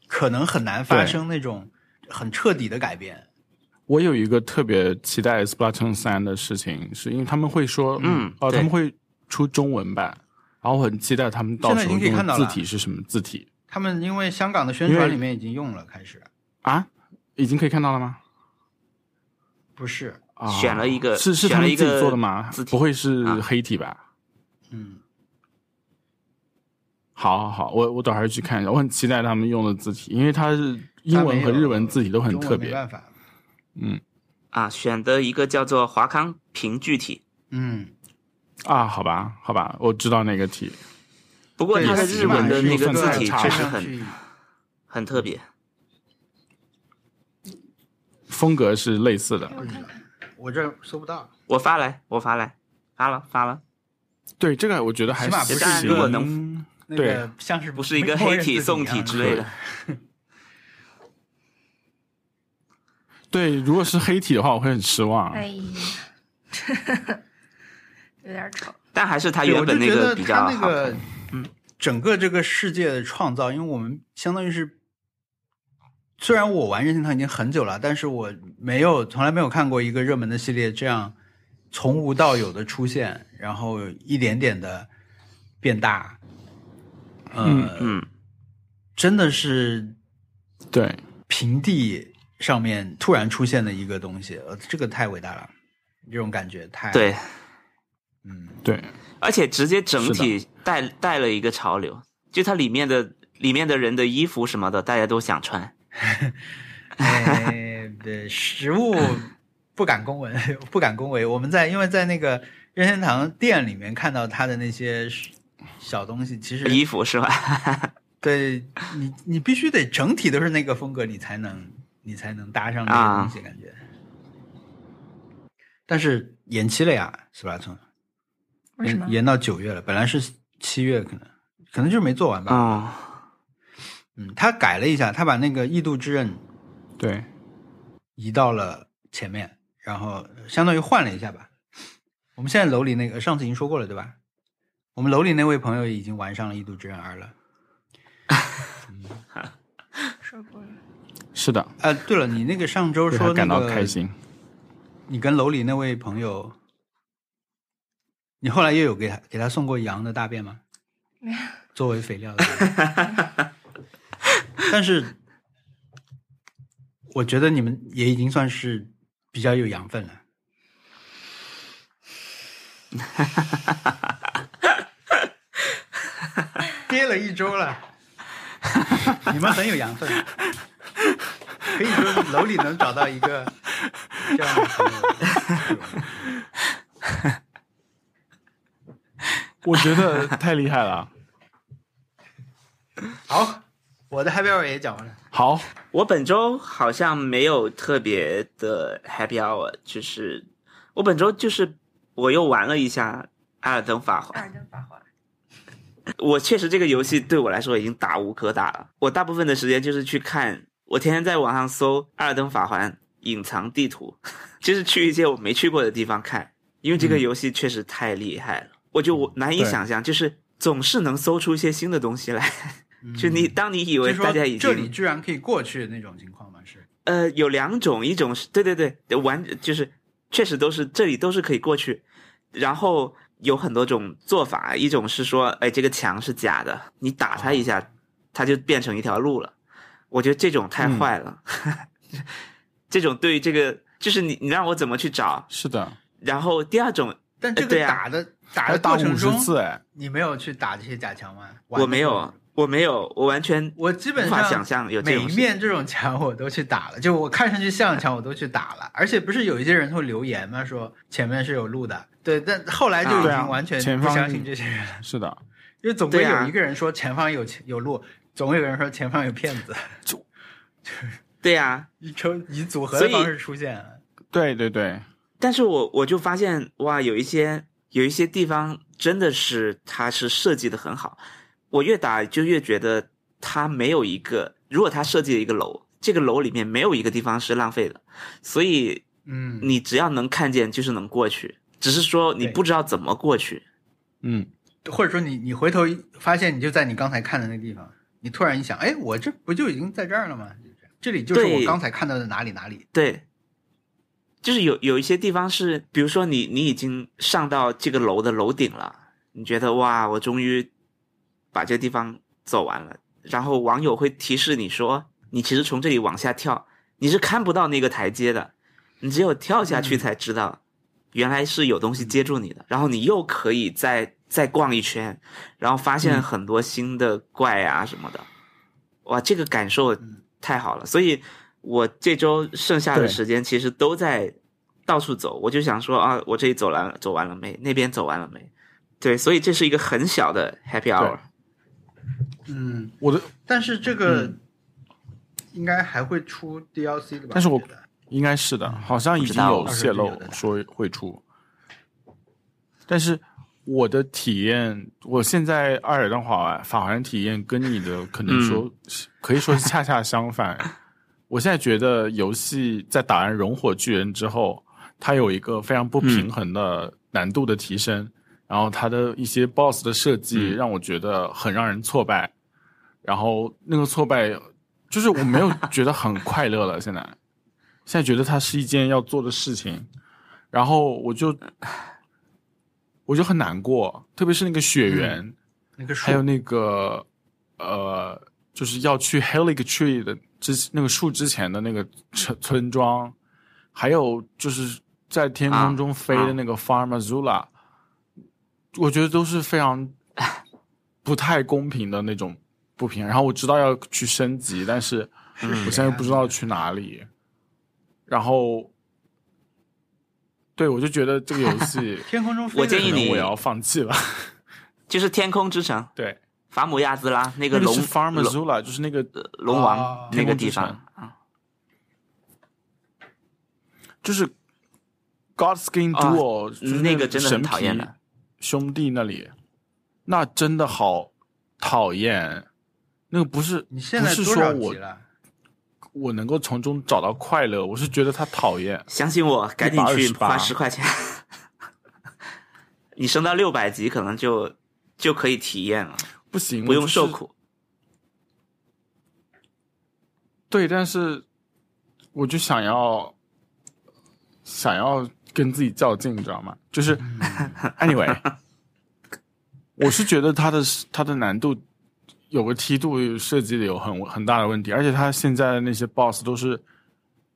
可能很难发对生那种很彻底的改变。我有一个特别期待《Splatoon 三》的事情，是因为他们会说，嗯哦、对他们会出中文版，然后我很期待他们到时现在已经候可以用看到的了字体是什么字体他们因为香港的宣因为传里面已经用了，开始啊？已经可以看到了吗？不是，啊，选了一个是是选他了们一自个己做的吗字？体不会是啊黑体吧？嗯，好好好，我我等会儿去看一下，我很期待他们用的字体，因为它是英文和日文字体都很中文特没别。办法，嗯啊，选的一个叫做华康平具体，嗯，啊，好吧好吧，我知道那个体。不过它的对日文的起码那个是字体算确太实差很很特别。风格是类似的给，我看看，我这儿搜不到，我发来，我发来，发了发了，对这个我觉得还起码不是行一个能那个像是不是一个黑啊体、宋体之类的。对，如果是黑体的话，我会很失望。哎呀， 有点丑。但还是它它原本那个个比较那好看。嗯，整个这个世界的创造，因为我们相当于是，虽然我玩任天堂已经很久了，但是我没有从来没有看过一个热门的系列这样从无到有的出现，然后一点点的变大，呃、嗯嗯，真的是对，平地上面突然出现的一个东西，呃，这个太伟大了，这种感觉太对，嗯，对，而且直接整体带带了一个潮流，就它里面的里面的人的衣服什么的，大家都想穿。哎，对，食物不敢恭维，不敢恭维。我们在因为在那个任天堂店里面看到他的那些小东西，其实衣服是吧？对你，你必须得整体都是那个风格，你才能你才能搭上这个东西，感觉。但是延期了呀，十八寸嗯为什么延？延到九月了，本来是七月，可能可能就是没做完吧。哦，嗯，他改了一下，他把那个《异度之刃》对，移到了前面，然后相当于换了一下吧。我们现在楼里那个上次已经说过了，对吧？我们楼里那位朋友已经玩上了《异度之刃二》了。说过了。是的，啊，对了，你那个上周为说他那感到个开心。你跟楼里那位朋友，你后来又有给他给他送过羊的大便吗？没有作为肥料的。 但是，我觉得你们也已经算是比较有养分 了。憋了一周了，你们很有养分，可以说是楼里能找到一个这样的朋友。我觉得太厉害了。好，我的 Happy Hour 也讲完了。好， 我本周好像没有特别的 happy hour，就是我本周就是我又玩了一下《艾尔登法环尔登法环。》，我确实这个游戏对我来说已经打无可打了。我大部分的时间就是去看，我天天在网上搜《艾尔登法环》隐藏地图， 就是去一些我没去过的地方看，因为这个游戏确实太厉害嗯了，我就我难以对想象，就是总是能搜出一些新的东西来。 就你，当你以嗯就为说大家已经这里居然可以过去那种情况吗？是，呃，有两种，一种是对对对，完就是确实都是这里都是可以过去，然后有很多种做法，一种是说，哎，这个墙是假的，你打它一下，哦它就变成一条路了。我觉得这种太嗯坏了， 这种对于这个就是你你让我怎么去找？是的，然后第二种但这呃个对啊打的、打还的打过五程十中，次哎，你没有去打这些假墙吗？我玩的没有过程中，，我没有，我完全我基本无法上想象有这每种一事面这种墙我都去打了，就我看上去像的墙我都去打了， 而且不是有一些人会留言吗？说前面是有路的，对，但后来就已啊对啊经完全前不方相信这些人了，是的，因为总归对啊有一个人说前方有有路，总有人说前方有骗子，对呀、以抽以组合所的以方式出现了。对对对，但是我我就发现哇，有一些有一些地方真的是它是设计的很好，我越打就越觉得它没有一个，如果它设计了一个楼，这个楼里面没有一个地方是浪费的，所以嗯，你只要能看见就是能过去，只是说你对不知道怎么过去。嗯，或者说你你回头一发现你就在你刚才看的那个地方，你突然一想，哎，我这不就已经在这儿了吗？这里就是对我刚才看到的哪里哪里。对，就是有有一些地方是，比如说你你已经上到这个楼的楼顶了，你觉得哇，我终于把这个地方走完了，然后网友会提示你说，你其实从这里往下跳，你是看不到那个台阶的，你只有跳下去才知道，原来是有东西接住你的，然后你又可以再再逛一圈，然后发现很多新的怪啊什么的，哇，这个感受太好了，所以我这周剩下的对时间其实都在到处走，我就想说啊，我这里走完走完了没？那边走完了没？对，所以这是一个很小的 happy hour，嗯，我的嗯但是这个应该还会出 DLC 的吧？但是我觉得应该是的，好像嗯已不知经道有泄露说会出，但是我的体验，我现在艾尔登法环法环体验跟你的可能说、嗯 可以说是恰恰相反。我现在觉得游戏在打完《熔火巨人》之后，它有一个非常嗯不平衡的难度的提升，然后它的一些 BOSS 的设计嗯让我觉得很让人挫败，然后那个挫败就是我没有觉得很快乐了，现在现在觉得它是一件要做的事情，然后我就我就很难过，特别是那个雪原，那个树还有那个呃，就是要去 Helic Tree 的之那个树之前的那个村村庄，啊还有就是在天空中飞的那个 Farm Azula，、我觉得都是非常不太公平的那种不平。然后我知道要去升级，但是我嗯现在又不知道去哪里。然后，对我就觉得这个游戏天空中飞 的我建议可能你我也要放弃了。就是天空之城对，法姆亚兹拉那那个个龙是 Farm 龙呃 Zula，就是那个龙王、哦那个天空之地城方啊，就是 Godskin 啊 Duo，、就是那个真的神很讨厌皮的。兄弟那里，那真的好讨厌。那个不是，你现在不是多少说级我了？我能够从中找到快乐，我是觉得他讨厌。相信我，赶紧去128花十块钱。 你升到六百级，可能就就可以体验了，不行，不用就是受。苦。对，但是我就想要想要跟自己较劲，你知道吗？就是、anyway，我是觉得它的它的难度有个梯度设计的有很很大的问题，而且它现在的那些 boss 都是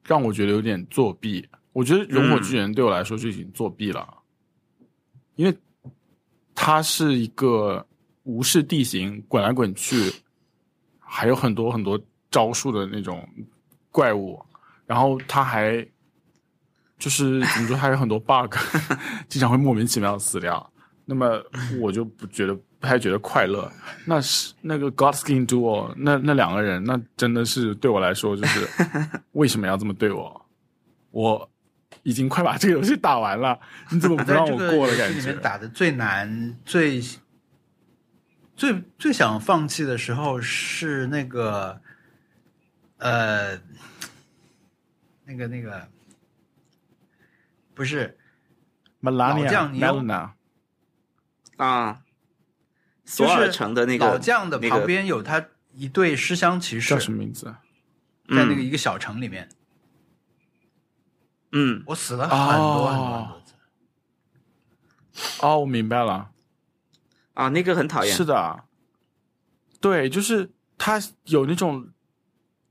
让我觉得有点作弊。我觉得《熔火巨人》对我来说就已经作弊了，因为它是一个无视地形、滚来滚去，还有很多很多招数的那种怪物，然后它还就是怎么说，它有很多 bug，经 常会莫名其妙地死掉。那么我就不觉得不太觉得快乐。那是那个 Godskin Duo，那那两个人，那真的是对我来说，就是为什么要这么对我？我已经快把这个游戏打完了，你怎么我 不在让这我个过了？游戏感里觉面打的最难、最最最想放弃的时候是那个，呃，那个那个，不是 Melania 老将你有 Melania 啊，索就是尔城的那个老将的那旁个边有他一对尸香骑士叫，什么名字？在那个嗯一个小城里面，嗯，我死了很多很多很多次。哦，我明白了，啊，那个很讨厌。是的，对，就是他有那种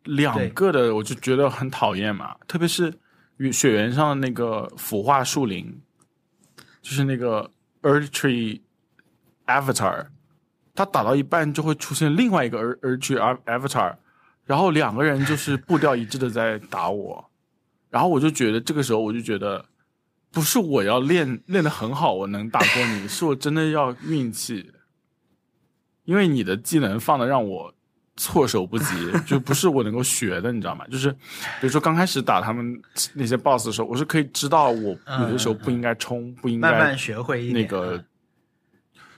两个的，我就觉得很讨厌嘛，特别是与雪原上的那个腐化树林，就是那个 Earth Tree Avatar，他打到一半就会出现另外一个 Earth Earth Tree Avatar，然后两个人就是步调一致的在打我，然后我就觉得这个时候我就觉得。不是我要练练得很好，我能打过你，是我真的要运气，因为你的技能放的让我措 手不及，就不是我能够学的，你知道吗？就是比如说刚开始打他们那些 BOSS 的时候，我是可以知道我嗯有的时候不应该冲，不应该慢慢学会一点啊那个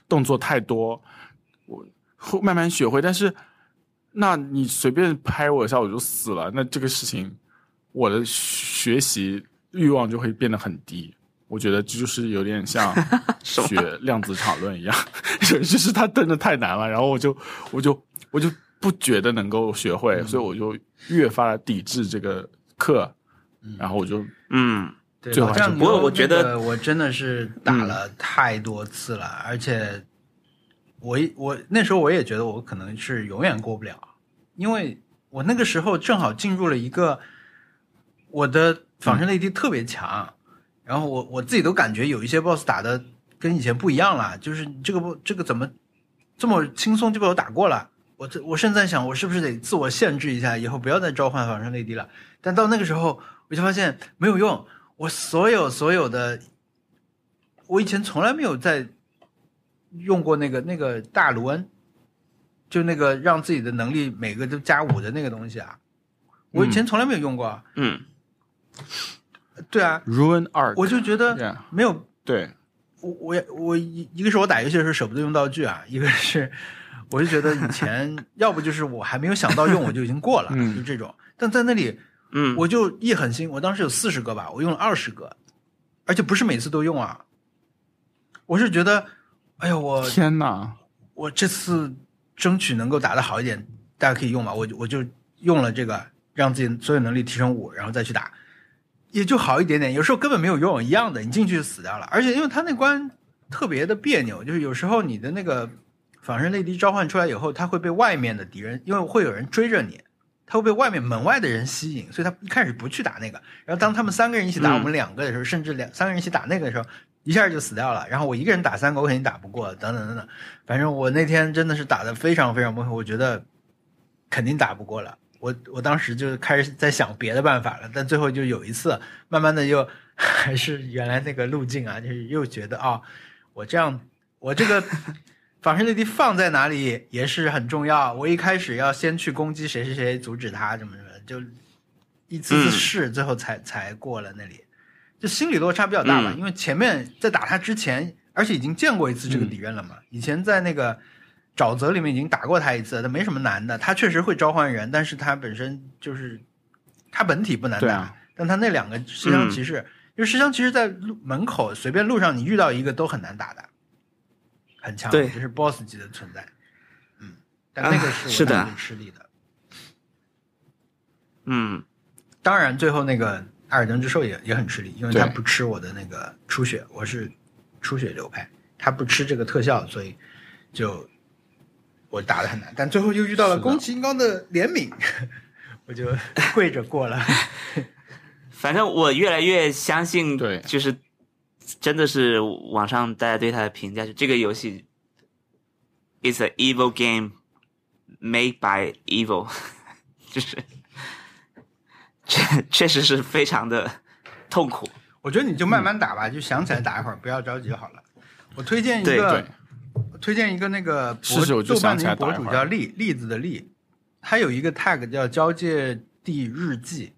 动作太多，我会慢慢学会。但是，那你随便拍我一下我就死了，那这个事情我的学习欲望就会变得很低。我觉得这就是有点 像什么学量子场论一样， 就是它真的太难了，然后我就我就我就不觉得能够学会，嗯所以我就越发的抵制这个课，然后我就嗯，对，最老后还是丈不过牛我觉得嗯那个我真的是打了太多次了，而且我一我那时候我也觉得我可能是永远过不了，因为我那个时候正好进入了一个我的嗯仿生能力特别强，然后我我自己都感觉有一些 BOSS 打的跟以前不一样了，就是这个不这个怎么这么轻松就被我打过了。我这我甚至在想，我是不是得自我限制一下，以后不要再召唤仿生泪滴了。但到那个时候，我就发现没有用，我所有所有的，我以前从来没有在用过那个那个大卢恩，就那个让自己的能力每个都加五的那个东西啊，我以前从来没有用过啊。嗯，对啊， ruin 二，我就觉得 Yeah，没有对，我我也我一一个是我打游戏的时候舍不得用道具啊，一个是我就觉得以前要不就是我还没有想到用我就已经过了，嗯就这种。但在那里嗯，我就一狠心，我当时有四十个吧，我用了二十个，而且不是每次都用啊。我是觉得，哎呀，我天哪！我这次争取能够打得好一点，大家可以用吧。我就我就用了这个，让自己所有能力提升五，然后再去打，也就好一点点。有时候根本没有用，一样的，你进去就死掉了。而且因为他那关特别的别扭，就是有时候你的那个仿生泪滴召唤出来以后，它会被外面的敌人，因为会有人追着你。他会被外面门外的人吸引，所以他一开始不去打那个。然后当他们三个人一起打嗯我们两个的时候，甚至两三个人一起打那个的时候，一下就死掉了。然后我一个人打三国，我肯定打不过，等等等等。反正我那天真的是打的非常非常崩溃，我觉得肯定打不过了。我我当时就开始在想别的办法了，但最后就有一次，慢慢的又 还是原来那个路径啊，就是又觉得啊、我这样我这 个防身内地放在哪里也是很重要。我一开始要先去攻击谁谁谁，阻止他，怎么怎么，就一次次试，嗯最后才才过了那里。就心理落差比较大吧，嗯因为前面在打他之前，而且已经见过一次这个敌人了嗯嘛，以前在那个沼泽里面已经打过他一次，他没什么难的，他确实会召唤人，但是他本身就是他本体不难对打，啊但他那两个尸嗯香骑士，因为尸香骑士在路门口随便路上你遇到一个都很难打的，很强，对就是 BOSS 级的存在，嗯，但那个啊是是我的当时吃力的，嗯，当然，最后那个《艾尔登之兽也》也很吃力，因为对他不吃我的那个出血，我是出血流派，他不吃这个特效，所以就我打的很难。但最后又遇到了是的宫崎英高的怜悯， 我就跪着过了。反正我越来越相信，对就是真的是网上大家对它的评价，就这个游戏，is t an evil game made by evil，就是确确实是非常的痛苦。我觉得你就慢慢打吧，就想起来打一会儿，不要着急好了。我推荐一对个嗯对，我推荐一个那个博试试我就豆瓣的一个想起来博打一主会儿叫栗栗子的栗，他有一个 tag 叫交界地日记。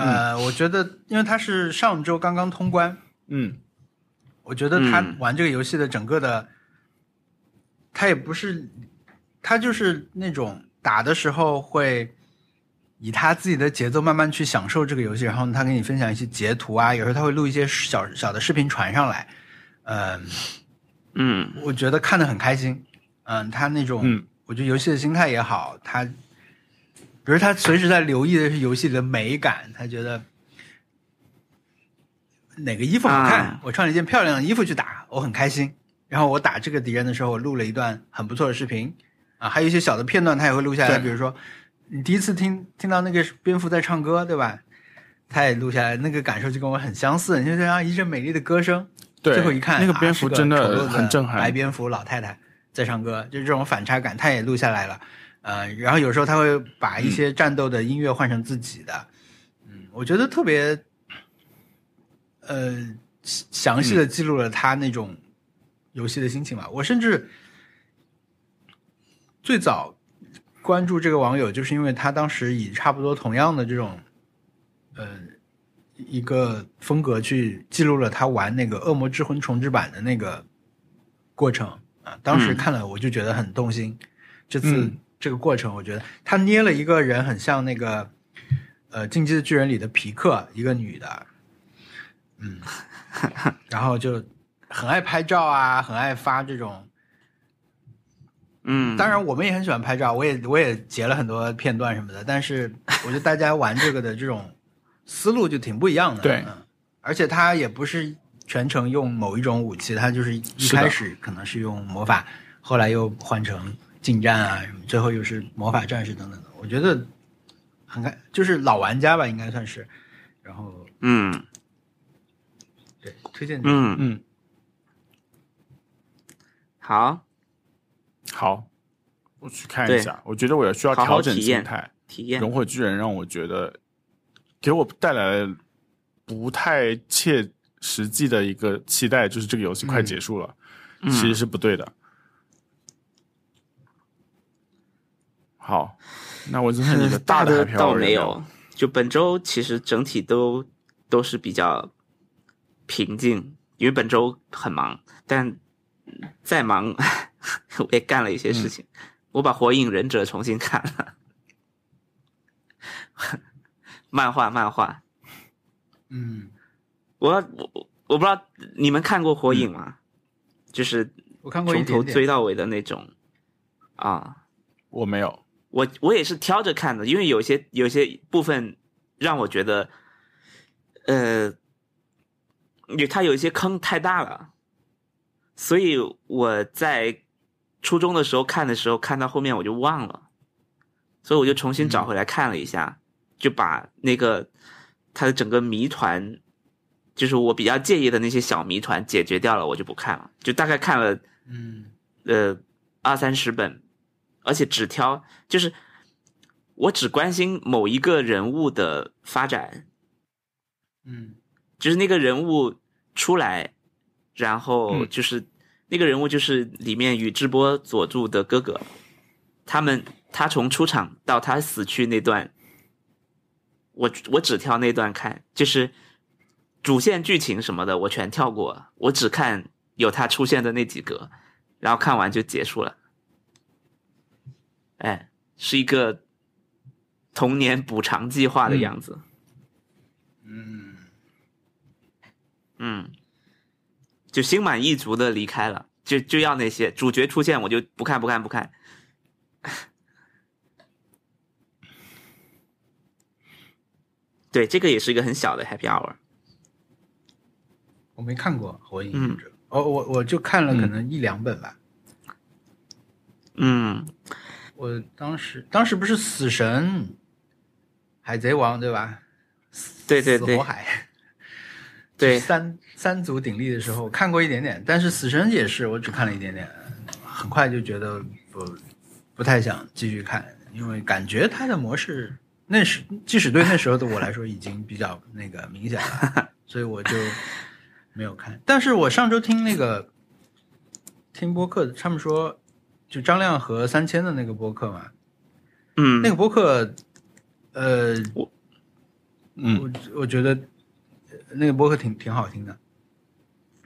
呃，我觉得因为他是上周刚刚通关，嗯，我觉得他嗯玩这个游戏的整个的，他也不是，他就是那种打的时候会以他自己的节奏慢慢去享受这个游戏，然后他给你分享一些截图啊，有时候他会录一些小小的视频传上来，嗯、嗯我觉得看得很开心。嗯，他那种，嗯我觉得游戏的心态也好，他，比如他随时在留意的是游戏里的美感，他觉得哪个衣服好看，啊我穿了一件漂亮的衣服去打，我很开心。然后我打这个敌人的时候，我录了一段很不错的视频啊，还有一些小的片段，他也会录下来。对比如说，你第一次听听到那个蝙蝠在唱歌，对吧？他也录下来，那个感受就跟我很相似，你就像一阵美丽的歌声，对，最后一看，那个啊蝙是蝠真丑陋的的很震撼，白蝙蝠老太太在唱歌，就是这种反差感，她也录下来了。呃，然后有时候她会把一些战斗的音乐换成自己的，嗯，我觉得特别，呃，详细的嗯记录了她那种游戏的心情吧。我甚至最早关注这个网友，就是因为他当时以差不多同样的这种，呃，一个风格去记录了他玩那个《恶魔之魂》重置版的那个过程啊。当时嗯看了我就觉得很动心。这次嗯这个过程，我觉得他捏了一个人很像那个呃《进击的巨人》里的皮克，一个女的，嗯，然后就很爱拍照啊，很爱发这种嗯，当然，我们也很喜欢拍照，我也我也截了很多片段什么的。但是，我觉得大家玩这个的这种思路就挺不一样的。对嗯，而且它也不是全程用某一种武器，它就是一是的开始可能是用魔法，后来又换成近战啊什么，最后又是魔法战士等等的。我觉得很开，就是老玩家吧，应该算是。然后，嗯对，推荐你。嗯，嗯，好，好，我去看对一下，我觉得我也需要好好调整体心验态。体验熔火巨人让我觉得给我带来了不太切实际的一个期待，就是这个游戏快结束了，嗯其实是不对的。好，那我就看你的嗯 大的的海漂倒人没有，就本周其实整体都都是比较平静，因为本周很忙，但再忙 我也干了一些事情。我把《火影忍者》重新看了，漫画漫画，嗯，我我我不知道你们看过《火影》吗？就是我看过一从头点追点。到尾的那种啊。我没有，我我也是挑着看的，因为有些有些部分让我觉得，呃，有它有一些坑太大了，所以我在初中的时候看的时候，看到后面我就忘了，所以我就重新找回来看了一下，就把那个他的整个谜团就是我比较介意的那些小谜团解决掉了，我就不看了，就大概看了嗯呃二三十本，而且只挑就是我只关心某一个人物的发展，嗯就是那个人物出来，然后嗯就是、那个人物就是里面宇智波佐助的哥哥，他们他从出场到他死去那段，我我只挑那段看，就是主线剧情什么的我全跳过，我只看有他出现的那几个，然后看完就结束了。哎，是一个童年补偿计划的样子。嗯，嗯，就心满意足的离开了，就就要那些主角出现，我就不看不看不看。 对，这个也是一个很小的 happy hour。我没看过《火影忍者》哦，我我就看了可能一两本吧。嗯，我当时当时不是死神、海贼王对吧？对对死对火海。对，三三足鼎立的时候看过一点点，但是死神也是我只看了一点点，很快就觉得不不太想继续看，因为感觉它的模式那时即使对那时候的我来说已经比较那个明显了，所以我就没有看。但是我上周听那个听播客，他们说就张亮和三千的那个播客嘛，嗯，那个播客，呃，我嗯我我觉得那个播客挺挺好听的，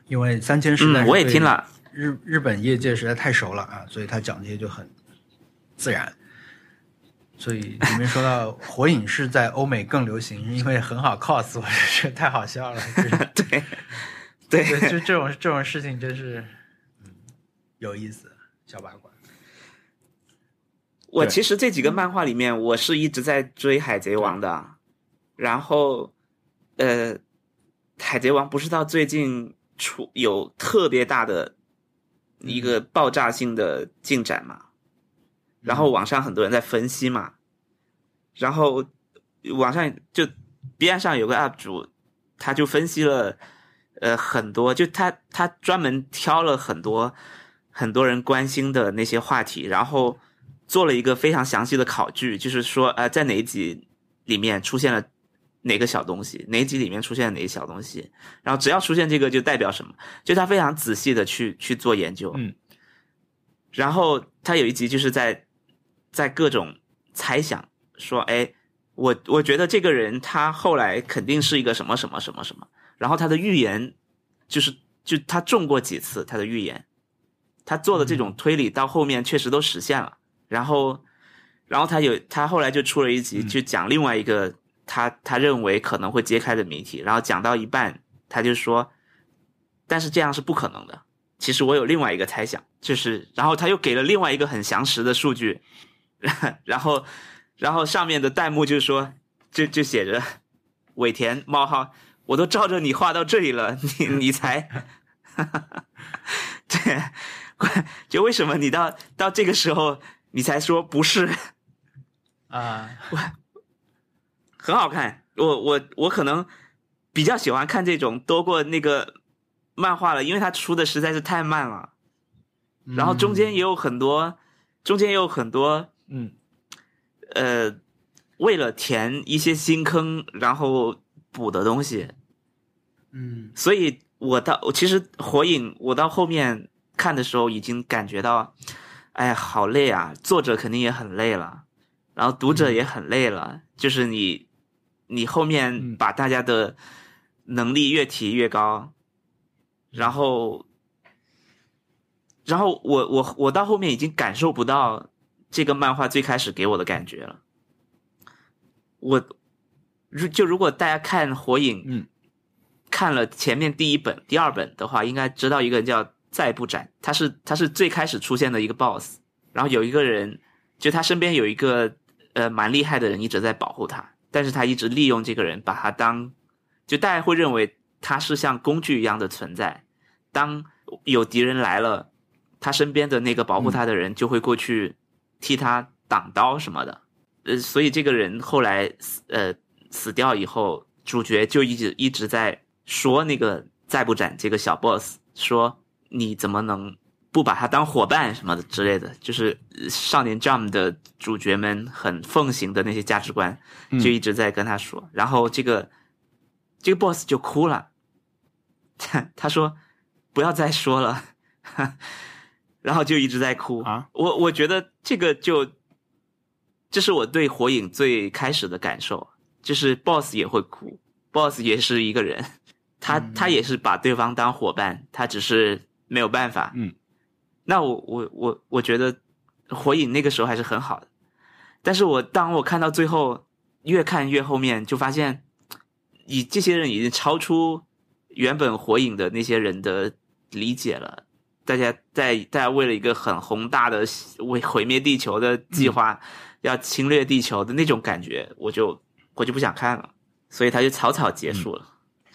因为三千时代、嗯，我也听，了，日日本业界实在太熟了啊，所以他讲这些就很自然。所以里面说 到火影是在欧美更流行，因为很好 cos，我觉得太好笑了。就是对对，对，就这种这种事情真是，嗯，有意思，小八卦。我对其实这几个漫画里面，我是一直在追《海贼王》的，然后，呃，《海贼王》不是到最近出有特别大的一个爆炸性的进展嘛？然后网上很多人在分析嘛，然后网上就 B 站上有个 UP 主，他就分析了，呃，很多就他他专门挑了很多很多人关心的那些话题，然后做了一个非常详细的考据，就是说呃，在哪一集里面出现了哪个小东西，哪一集里面出现了哪个小东西，然后只要出现这个就代表什么，就他非常仔细的去去做研究，嗯，然后他有一集就是在在各种猜想说，哎，我我觉得这个人他后来肯定是一个什么什么什么什么，然后他的预言就是就他中过几次他的预言，他做的这种推理到后面确实都实现了，然后然后他有他后来就出了一集嗯就讲另外一个他他认为可能会揭开的谜题，然后讲到一半他就说，但是这样是不可能的，其实我有另外一个猜想，就是，然后他又给了另外一个很详实的数据， 然后，然后上面的弹幕就说，就就写着尾田冒号，我都照着你画到这里了，你你才， 对，就为什么你到到这个时候你才说不是，啊，很好看。我我我可能比较喜欢看这种多过那个漫画了，因为它出的实在是太慢了。然后中嗯间也有很多，中间也有很多，嗯，呃，为了填一些新坑，然后补的东西。嗯，所以我到我其实《火影》，我到后面看的时候已经感觉到，哎呀，好累啊！作者肯定也很累了，然后读者也很累了。就是你，你后面嗯把大家的能力越提越高，然后，然后我我我到后面已经感受不到这个漫画最开始给我的感觉了。我如就如果大家看《火影》，嗯，看了前面第一本、第二本的话，应该知道一个人叫再不斩，他是他是最开始出现的一个 BOSS，然后有一个人，就他身边有一个呃蛮厉害的人一直在保护他，但是他一直利用这个人，把他当就大家会认为他是像工具一样的存在，当有敌人来了，他身边的那个保护他的人就会过去替他挡刀什么的。呃，所以这个人后来死呃死掉以后，主角就一直一直在说那个在不展这个小 boss 说你怎么能不把他当伙伴什么的之类的，就是呃少年 Jump 的主角们很奉行的那些价值观，嗯就一直在跟他说。然后这个这个 boss 就哭了，他他说不要再说了， 然后就一直在哭啊。我我觉得这个就这是我对火影最开始的感受，就是 boss 也会哭，boss 也是一个人，他他也是把对方当伙伴，他只是没有办法。嗯，那我我我我觉得火影那个时候还是很好的，但是我当我看到最后，越看越后面，就发现以这些人已经超出原本火影的那些人的理解了。大家在大家为了一个很宏大的为毁灭地球的计划，要侵略地球的那种感觉，我就我就不想看了，所以它就草草结束了。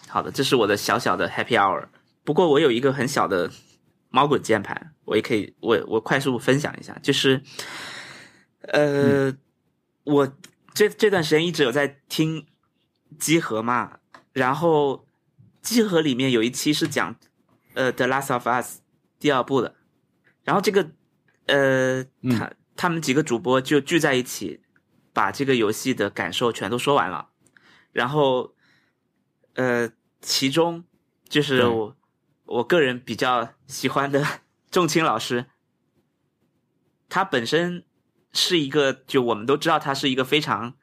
好的，这是我的小小的 Happy Hour。不过我有一个很小的猫滚键盘，我也可以，我我快速分享一下，就是，呃，我这这段时间一直有在听集合嘛，然后集合里面有一期是讲呃《The Last of Us》第二部的，然后这个呃，嗯他他们几个主播就聚在一起，把这个游戏的感受全都说完了，然后呃，其中就是对我我个人比较喜欢的 仲青老师，他本身是一个，就我们都知道他是一个非常，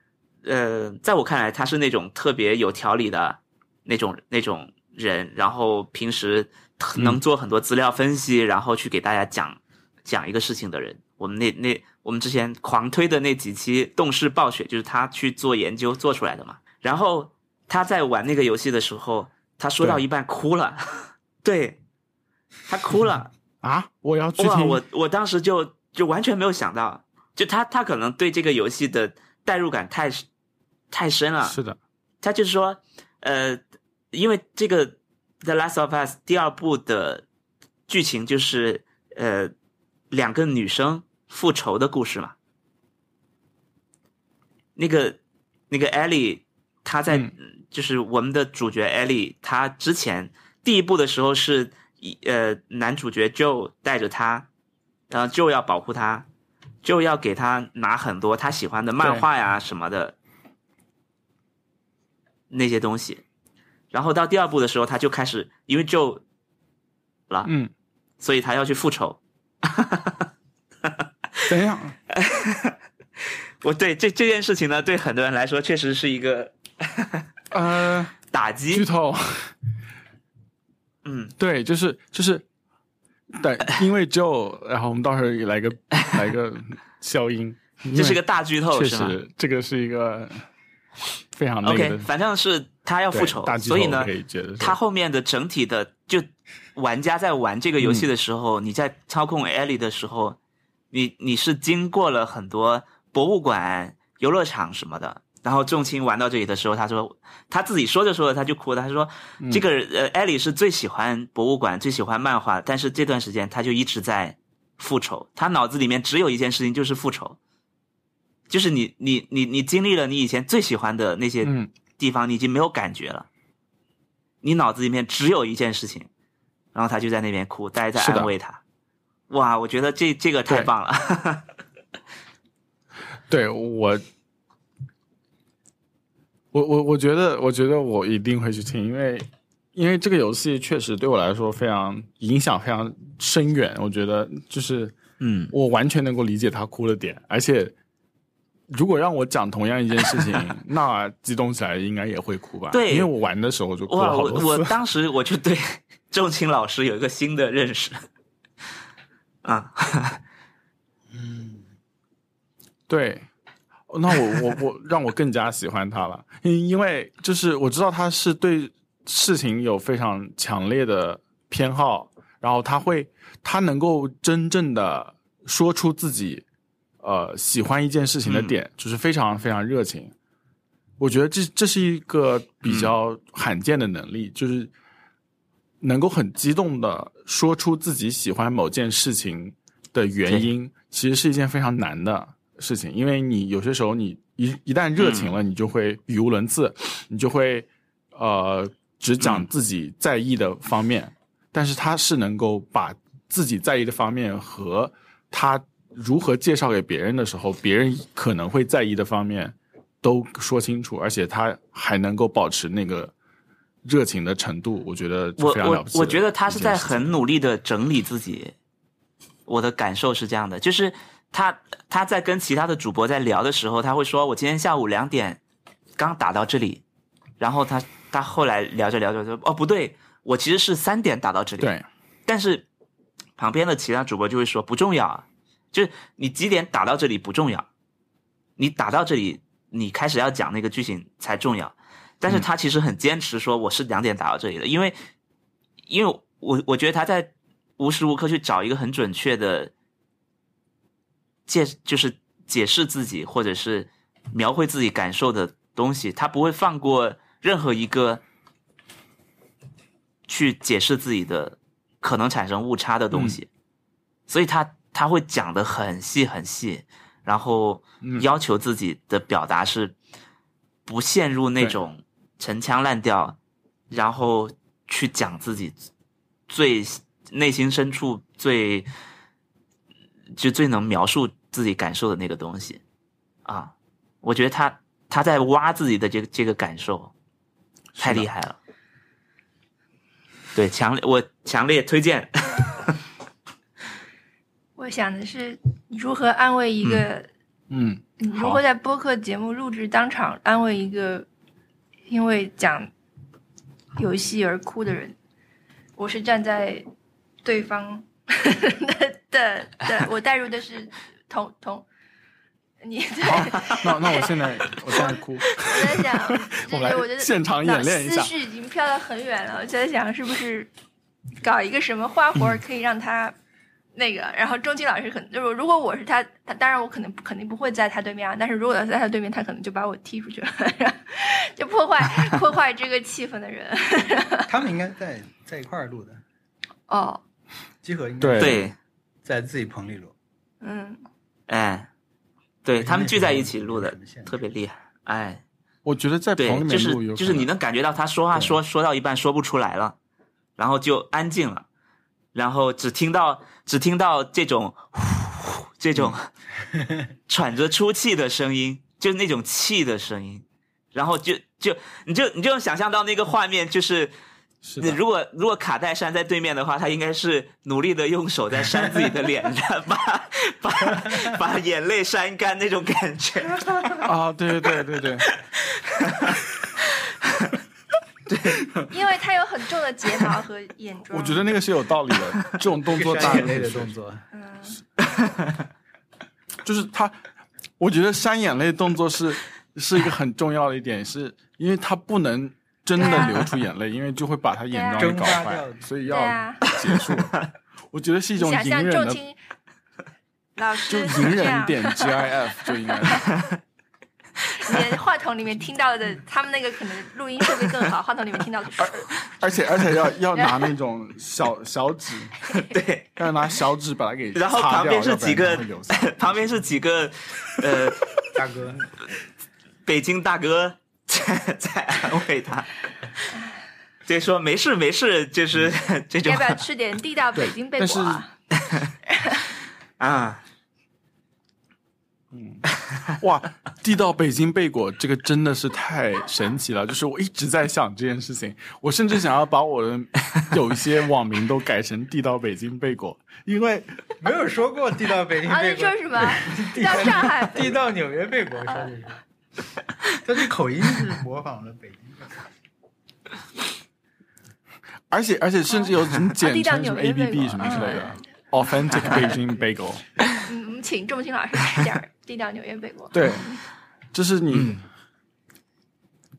呃，在我看来他是那种特别有条理的那种那种人，然后平时嗯能做很多资料分析，然后去给大家讲讲一个事情的人。我们那那我们之前狂推的那几期《动视暴雪》，就是他去做研究做出来的嘛。然后他在玩那个游戏的时候，他说到对一半哭了， 对他哭 了。啊，我要去哇，听我我当时就就完全没有想到，就他他可能对这个游戏的代入感太太深了。是的，他就是说，呃，因为这个《The Last of Us》第二部的剧情就是呃两个女生复仇的故事嘛。那个那个 Ellie，她在、嗯就是我们的主角 Ellie，她之前第一部的时候是一呃男主角 Joe 带着她，然后 Joe 要保护她，Joe 要给她拿很多她喜欢的漫画呀什么的那些东西，然后到第二部的时候，他就开始因为 Joe 了，嗯，所以他要去复仇。等一下，我对这这件事情呢，对很多人来说确实是一个呃，打剧击。透，嗯，对，就是就是， 对，因为就然后我们到时候也来个来个消音， 这是个大剧因透，为确是吗实这个是一个非常那个？OK，的反正是他要对复仇大，剧所以透呢可，以觉得是他后面的整体的就玩家在玩这个游嗯戏的时候，你在操控 Ellie 的时候，你你是经过了很多博物馆、游乐场什么的。然后仲青玩到这里的时候，他说他自己说着说着他就哭了。他说嗯这个呃，Ellie 是最喜欢博物馆、最喜欢漫画，但是这段时间他就一直在复仇，他脑子里面只有一件事情就是复仇。就是你你你你经历了你以前最喜欢的那些嗯地方，你已经没有感觉了，你脑子里面只有一件事情，然后他就在那边哭，大家在是的安慰他。哇，我觉得这这个太对棒了，对我，我我我觉得，我觉得我一定会去听，因为因为这个游戏确实对我来说非常影响非常深远。我觉得就是嗯，我完全能够理解他哭的点，而且如果让我讲同样一件 事情，那激动起来应该也会哭吧？对因为我玩的时候就 哭哇，了好我多我次。当时我就对 仲青老师有一个新的认识， 啊，对，那我我我让我更加喜欢他了，因因为就是我知道他是对事情有非常强烈的偏好，然后他会他能够真正的说出自己呃喜欢一件事情的点，就是非常非常热情。我觉得这这是一个比较罕见的能力，就是能够很激动的说出自己喜欢某件事情的原因，其实是一件非常难的事情，因为你有些嗯时候你一一旦热情了，你就会语无伦次，你就会呃只嗯讲自己在意的方面，但是他是能够把自己在意的方面和他如何介绍给别人的时候，别人可能会在意的方面都说清楚，而且他还能够保持那个热情的程度，我觉得我非常了我不起的我觉得他是在一件事情很努力的整理自己，我的感受是这样的，就是他他在跟其他的主播在聊的时候，他会说我今天下午两点刚打到这里，然后他他后来聊着聊着说哦不对，我其实是三点打到这里，对，但是旁边的其他主播就会说不重要啊，就是你几点打到这里不重要，你打到这里，你开始要讲那个剧情才重要。但是他其实很坚持说我是两点打到这里的，因为因为我我觉得他在无时无刻去找一个很准确的解，就是解释自己或者是描绘自己感受的东西，他不会放过任何一个去解释自己的可能产生误差的东西，所以他他会讲的很细很细，然后嗯要求自己的表达是不陷入那对种陈腔滥调，然后去讲自己最内心深处最就最能描述自己感受的那个东西啊，我觉得他他在挖自己的这个这个感受，太厉害了。对，强烈我强烈推荐。我想的是如何安慰一个，嗯，你如何在播客节目录制当场安慰一个因为讲游戏而哭的人。我是站在对方的的的，我带入的是同同。你对，那那我现在我现在 哭，我在想， 我这们来个我觉得现场演练一下思绪已经飘到很远了，我在想是不是搞一个什么花活儿可以让他那个，然后钟情老师可能就是如果我是他，他当然我可能肯定不会在他对面啊，但是如果在他对面，他可能就把我踢出去了，然后就破坏破坏这个气氛的人。他们应该在在一块儿录的，哦，集合应该对 对，在自己棚里录，嗯，哎，对他们聚在一哎起录的有什么限制特别厉害，哎，我觉得在对棚里，就面录有是就是可你能感觉到他说话对说说到一半说不出来了，然后就安静了，然后只听到只听到这种呼呼这种嗯喘着粗气的声音，就是那种气的声音，然后就就你就你就想象到那个画面就是。是你的如果如果卡戴珊在对面的话，他应该是努力的用手在扇自己的脸， 把把把眼泪扇干那种感觉。 啊，对对对对对，因为他有很重的睫毛和眼妆，我觉得那个是有道理的，这种动作扇大家眼都泪的是动作，嗯，就是他，我觉得扇眼泪动作是是一个很重要的一点，是因为他不能真对的啊流出眼泪，因为就会把他眼对啊妆给搞蒸发坏掉，所以对要啊，结束。我觉得是一你种想隐象忍重的，青老就师隐这忍样点 GIF 就应该是你的话筒里面听到的，他们那个可能录音设备更好，话筒里面听到的是，而且而且要要拿那种小小纸，对，要拿小纸把它给 然后擦旁边掉是几要个不然它会有色旁边是几个呃大哥，北京大哥 在在安慰他，对，说没事没事，就是 嗯 这种要不要吃点地道北京贝但果啊？啊，哇，地道北京贝果这个真的是太神奇了！就是我一直在想这件事情，我甚至想要把 我的有一些网名都改成地道北京贝果，因为没有说过地道北京啊，贝你果说，什么？地道上海地贝果道纽约贝果，说的是，他这口音是模仿了北京的，而且而且甚至有人啊，简地道称什纽么约贝果 ABB 什么之类的嗯。 ，Authentic Beijing Bagel。嗯，我们请仲青老师来点儿地道纽约贝果。对，这是嗯你，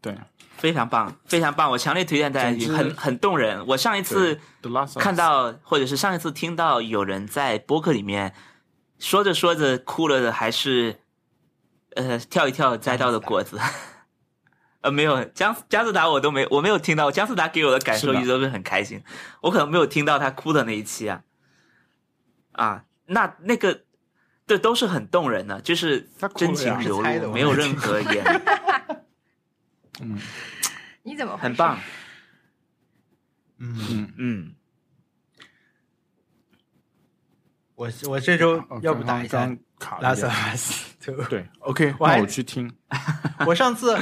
对非常棒，非常棒，我强烈推荐大家去，总之很很动人。我上一次 The Last of Us 看到或者是上一次听到有人在播客里面说着说着哭了的，还是呃跳一跳摘到的果子。呃，没有姜姜思达，我都没我没有听到姜思达给我的感受是的一直都是很开心，我可能没有听到他哭的那一期啊啊，那那个这都是很动人的，就是他哭了真呀情流猜的露，我没有任何言语，嗯你怎么回事 很棒。嗯，嗯，嗯， 我我这周哦要不刚打一下刚卡拉了一斯下。瓦斯？对，对，OK，我还那我去听。我上次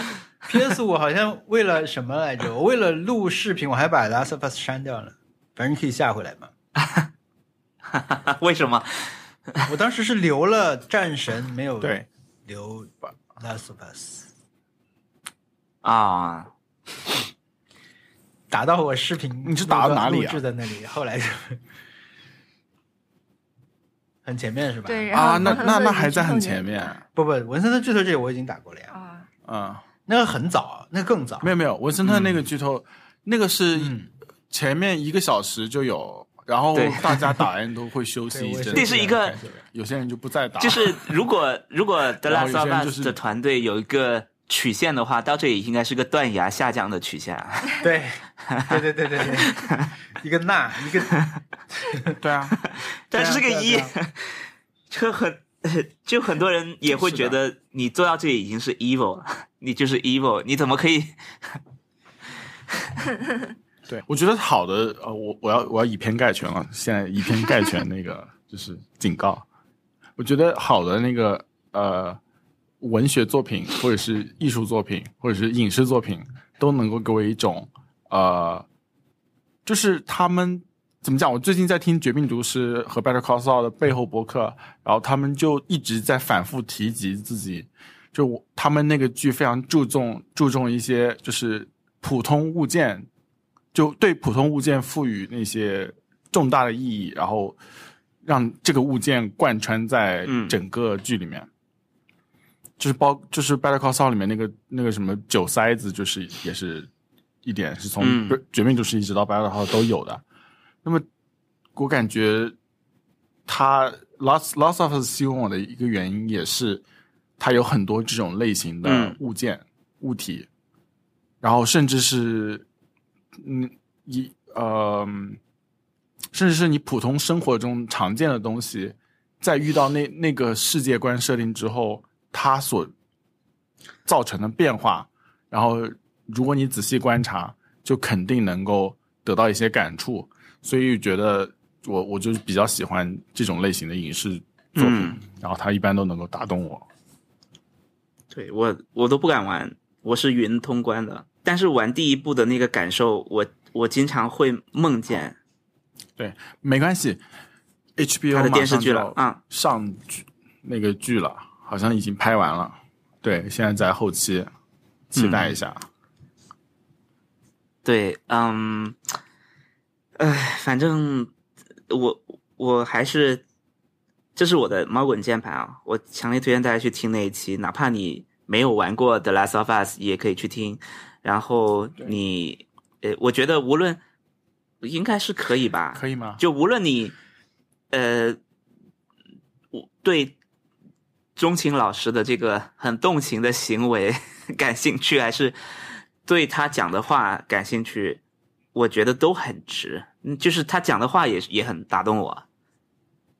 PS 五好像为了什么来着？我为了录视频，我还把 Last of Us 删掉了。反正可以下回来嘛。为什么？我当时是留了战神，没有对，留 Last of Us。啊，打到我视频，你是打到哪里啊录制的那里，后来就很前面是吧？对，，然后啊，那文森那特那已还经在后很面前面啊不不，文森特巨头这个我已经打过了呀，啊，嗯，那个很早，那个更早。没有没有，文森特那个剧透，那个是嗯，前面一个小时就有，然后对大家打完都会休息对，一我也阵是子，这是一个有些人就不再打，就是如果如果 The 然后 Last 有些 of 人就是 Us 的团队有一个曲线的话，到这里应该是个断崖下降的曲线。啊 对，对对对对对，一个那一个， 对啊，但是这对啊个一对啊对啊 就很 就很多人也会觉得你做到这里已经是 evil，了 你就是 evil，你怎么可以？ 对，我觉得好的，呃，我我要我要以偏概全了，现在以偏概全那个就是警告，我觉得好的那个呃文学作品或者是艺术作品或者是影视作品都能够给我一种呃，就是他们怎么讲？我最近在听《绝命毒师》和《Better Call Saul》的背后博客，然后他们就一直在反复提及自己，就我他们那个剧非常注重注重一些就是普通物件，就对普通物件赋予那些重大的意义，然后让这个物件贯穿在嗯整个剧里面。就是包就是《Better Call Saul》里面那个那个什么酒塞子，就是也是一点是从嗯《绝命毒师》一直到《Better Call》都有的。那么我感觉他《Lost Lost of Us》吸引我的一个原因也是，它有很多这种类型的嗯物件、物体，然后甚至是嗯一呃，甚至是你普通生活中常见的东西，在遇到那那个世界观设定之后，它所造成的变化，然后如果你仔细观察，就肯定能够得到一些感触。所以觉得我我就是比较喜欢这种类型的影视作品，嗯然后它一般都能够打动我。对我我都不敢玩，我是云通关的。但是玩第一部的那个感受，我我经常会梦见没关系他的，HBO 马电视上剧就了要啊、上剧那个剧了，好像已经拍完了。对，现在在后期，期待一嗯下。对，嗯，唉，反正我我还是，这是我的猫滚键盘啊，我强烈推荐大家去听那一期，哪怕你没有玩过《The Last of Us》，也可以去听。然后你，呃，我觉得无论应该是可以吧，可以吗？就无论你，呃，我对钟情老师的这个很动情的行为 感兴趣，还是对他讲的话感兴趣，我觉得都很值。嗯，就是他讲的话也也很打动我，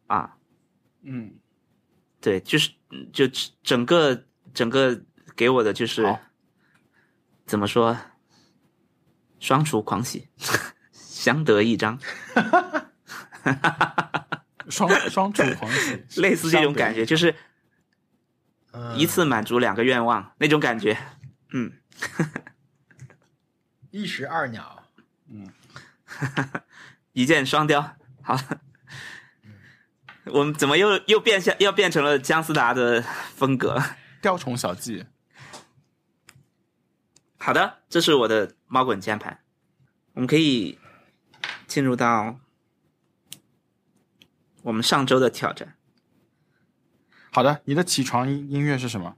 啊，嗯，对，就是就整个整个给我的就是好怎么说，双厨狂喜， 相得益彰。双双主狂 喜，类似这种感觉，就是嗯一次满足两个愿望、那种感觉。嗯，一石二鸟，一箭双雕。好了，我们怎么又又变相又变成了姜思达的风格？雕虫小技。好的，这是我的猫滚键盘，我们可以进入到我们上周的挑战。好的，你的起床音音乐是什么？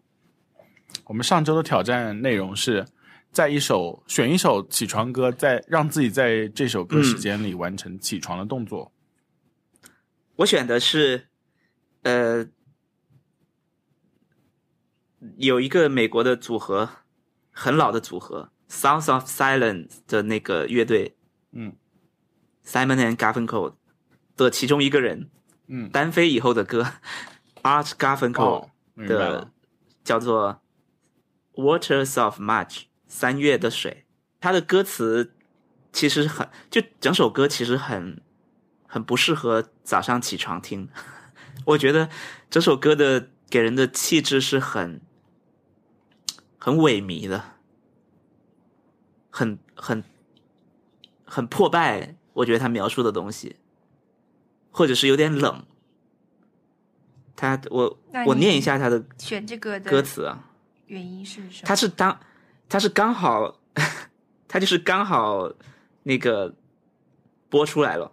我们上周的挑战内容是在一首选一首起床歌，在让自己在这首歌时间里完成起床的动作。我选的是，呃，有一个美国的组合，很老的组合，Sounds of Silence 的那个乐队，嗯，Simon and Garfunkel 的其中一个人嗯，单飞以后的 歌，Art Garfunkel 哦，明白的了。叫做《Waters of March》三月的水，它的歌词其实很，就整首歌其实很很不适合早上起床听。 我觉得这首歌的给人的气质是很很萎靡的，很很很破败。我觉得他描述的东西，或者是有点冷。他我那我你念一下他的选这个歌的词啊，原因是什么？他是当他是刚好， 他就是刚好那个播出来了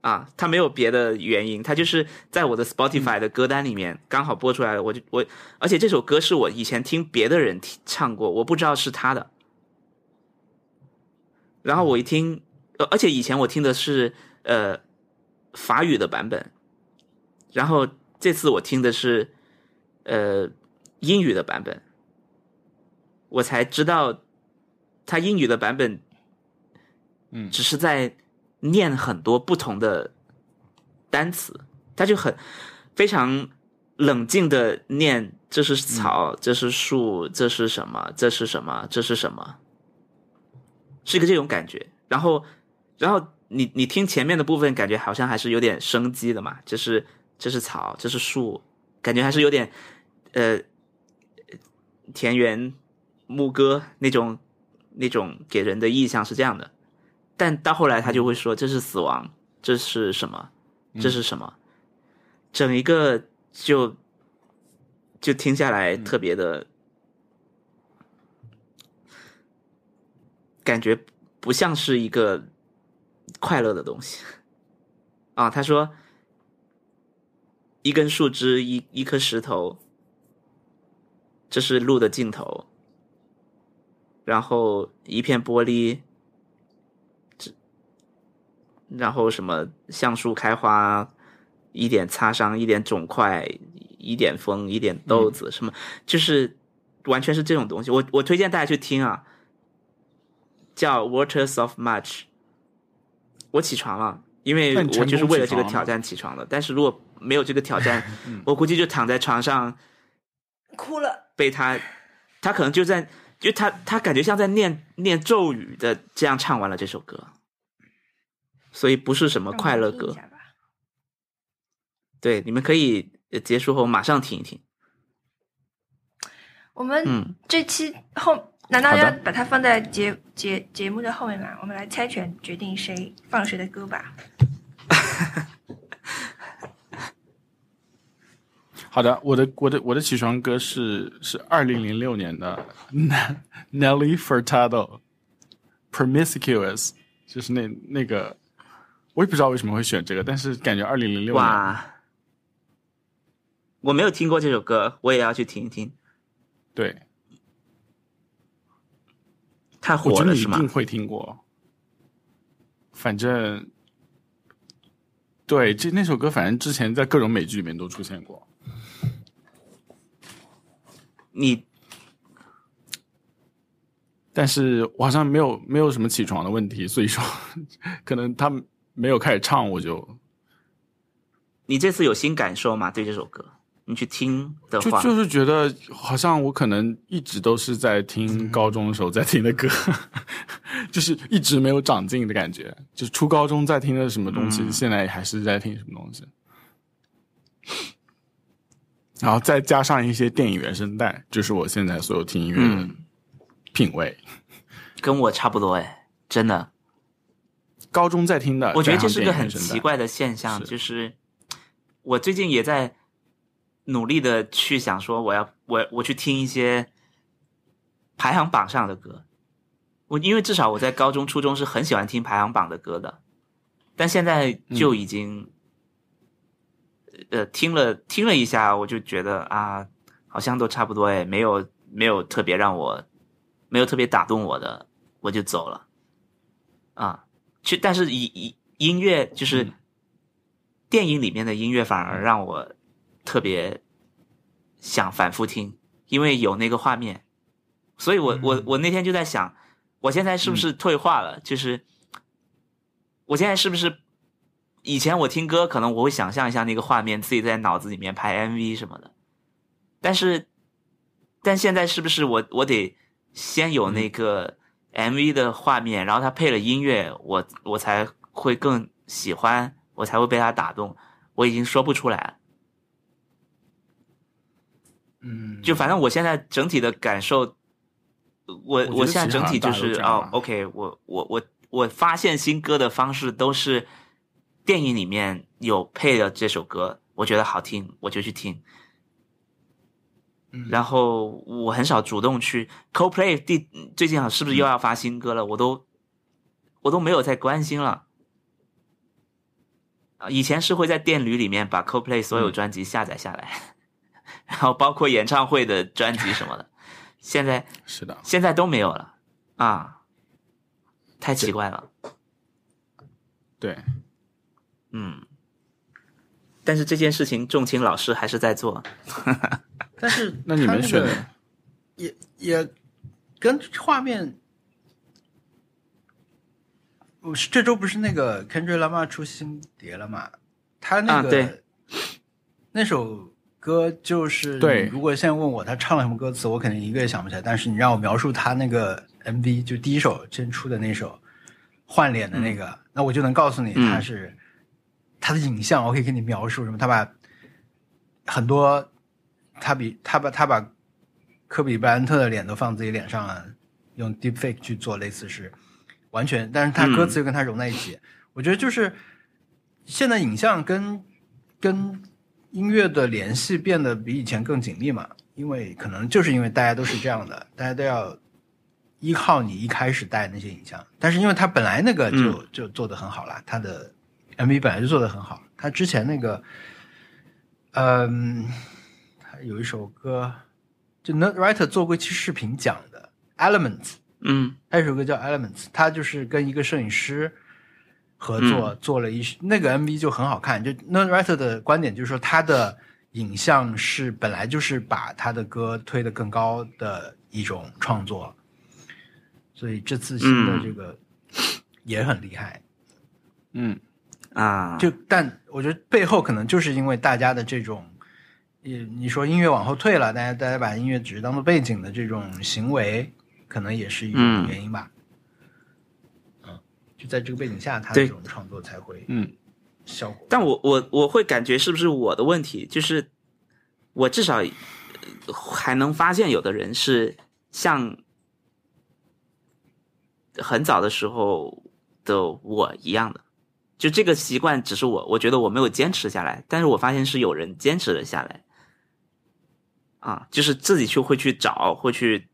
啊，他没有别的原因，他就是在我的 Spotify 的歌单里面刚好播出来了，我就我，而且这首歌是我以前听别的人听唱过，我不知道是他的，然后我一听，呃，而且以前我听的是呃法语的版本，然后这次我听的是呃英语的版本，我才知道他英语的版本，嗯只是在念很多不同的单词，他就很非常冷静的念这是草，这是树，这是什么，这是什么，这是什么，是一个这种感觉。然后，然后你你听前面的部分，感觉好像还是有点生机的嘛，这是这是草，这是树，感觉还是有点呃田园牧歌那种那种给人的意象是这样的，但到后来他就会说这是死亡，这是什么，这是什么，整一个就就听下来特别的、感觉不像是一个快乐的东西啊。他说一根树枝，一一颗石头，这是路的尽头。然后一片玻璃，这然后什么橡树开花，一点擦伤，一点肿块，一点风，一点豆子，嗯什么就是完全是这种东西。我我推荐大家去听啊，叫《Waters of March》。我起床了，因为那你我成就是功为起了这个床了挑吗嗯战起床的。但是如果没有这个挑 战，我估计就躺在床上哭了。被他，他可能就在，就他他感觉像在念念咒语的这样唱完了这首歌，所以不是什么让我呃快乐听一歌下。吧对，你们可以呃结束后马上听一听。我们嗯，这期后难道好的要把它放在节节节目的后面吗？我们来猜拳决定谁放谁的歌吧。好的，我的我的我的起床歌是是二零零六年的 Nelly Furtado Promiscuous，就是那那个我也不知道为什么会选这个，但是感觉二零零六年哇，我没有听过这首歌，我也要去听一听。对，太我火觉得了你一是吗定？会听过。反正对这那首歌，反正之前在各种美剧里面都出现过。你但是我好像没有没有什么起床的问题，所以说 可能他们没有开始唱，我就你这次有新感受吗？对这首歌，你去听的就话，就是觉得好像我可能一直都是在嗯听高中的时候在听的歌， 就是一直没有长进的感觉。就是初高中在听的什么东西，嗯现在还是在听什么东西。然后再加上一些电影原声带，就是我现在所有听音乐的嗯，品味。跟我差不多哎，真的。高中在听的，我觉得加这上是电个影很原声带奇怪的现象，是就是我最近也在努力的去想说，我要我我去听一些排行榜上的歌。我因为至少我在高中、初中是很喜欢听排行榜的歌的，但现在嗯就已经、呃听了听了一下，我就觉得啊，好像都差不多哎，没有没有特别让我没有特别打动我的，我就走了啊。去，但是以以音乐就是电影里面的音乐，反而让我特别想反复听，因为有那个画面。所以我我我那天就在想，我现在是不是退化了？就是我现在是不是以前我听歌，可能我会想象一下那个画面，自己在脑子里面拍 MV 什么的。嗯但是，但现在是不是我我得先有那个 MV 的画面，然后他配了音乐，我我才会更喜欢，我才会被他打动。我已经说不出来了，嗯，就反正我现在整体的感受，我觉得我现在整体就其是实很大都这样哦吧，OK，我我我我发现新歌的方式都是电影里面有配的这首歌，我觉得好听，我就去听。嗯然后我很少主动去 CoPlay 第最近好像是不是又要发新歌了？我都我都没有再关心了。啊以前是会在电驴里面把 CoPlay 所有专辑下载下来， 然后包括演唱会的专辑什么的，现在是的，现在都没有了啊，太奇怪了。对，嗯，但是这件事情仲卿老师还是在做，但是 那你它们个选的也也跟画面，我是这周不是那个 Kendrick Lamar 出新碟了嘛？他那啊个、对那首歌就是，对如果现在问我他唱了什么歌词，我肯定一个也想不起来。但是你让我描述他那个 MV，就第一首先出的那首换脸的那个，那我就能告诉你嗯他是、他的影像，我可以给你描述什么。他把很多他比他把他把科比布莱恩特的脸都放自己脸上了，用 deepfake 去做类似是完全，但是他歌词又跟他融在一起。我觉得就是现在影像跟跟音乐的联系变得比以前更紧密嘛，因为可能就是因为大家都是这样的，大家都要依靠你一开始带的那些影像，但是因为他本来那个就、就做的很好啦，他的 MV 本来就做的很好，他之前那个，嗯，他有一首歌，就 Nerd Writer 做过一期视频讲的 Elements，嗯他有首歌叫 Elements，他就是跟一个摄影师合作、做了一那个 MV 就很好看。就 Nerd Writer 的观点就是说，他的影像是本来就是把他的歌推得更高的一种创作，所以这次新的嗯这个也很厉害。嗯，啊，就但我觉得背后可能就是因为大家的这种，也你说音乐往后退了，大家大家把音乐只是当做背景的这种行为，可能也是一种嗯原因吧。嗯，就在这个背景下，他的对这种创作才会嗯效果。但我我我会感觉是不是我的问题，就是我至少呃还能发现有的人是像很早的时候的我一样的，就这个习惯只是我我觉得我没有坚持下来，但是我发现是有人坚持了下来，啊，就是自己去会去找，会去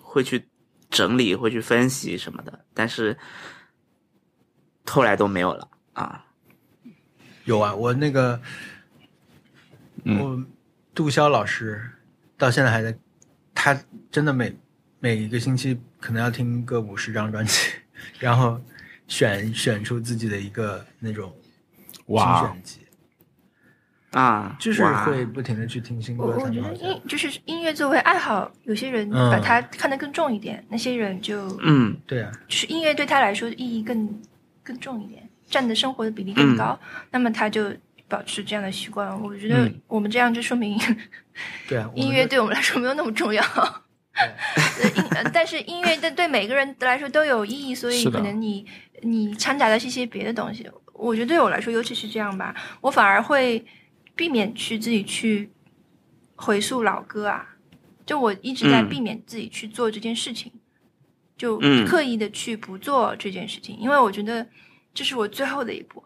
会去整理，会去分析什么的，但是后来都没有了啊。有啊，我那个，嗯我杜潇老师到现在还在，他真的每每一个星期可能要听个五十张专辑， 然后选选出自己的一个那种精哇哦选集，啊，就是哇会不停的去听新我歌。我才觉能得好像音就是音乐作为爱好，有些人把啊嗯它看得更重一点，那些人就嗯对啊，就是音乐对他来说意义更更重一点，占的生活的比例更高，那么他就保持这样的习惯。我觉得嗯我们这样就说明对啊，我们音乐的对我们来说没有那么重要。 呃音呃但是音乐对对每个人来说都有意义，所以是的可能你你掺杂的是一些别的东西。我觉得对我来说，尤其是这样吧，我反而会避免去自己去回溯老歌啊，就我一直在嗯避免自己去做这件事情，就嗯刻意的去不做这件事情，因为我觉得这是我最后的一步，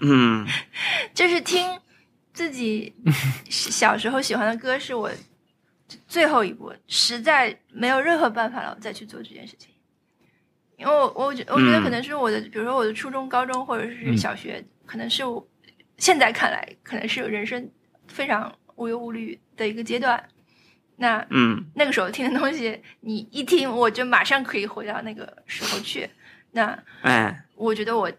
嗯就是听自己小时候喜欢的歌是我最后一步，实在没有任何办法了，我再去做这件事情。因为我我觉我觉得嗯可能是我的，比如说我的初中、高中或者是嗯小学，可能是我现在看来可能是人生非常无忧无虑的一个阶段。那嗯那个时候听的东西，你一听我就马上可以回到那个时候去。那哎我觉得我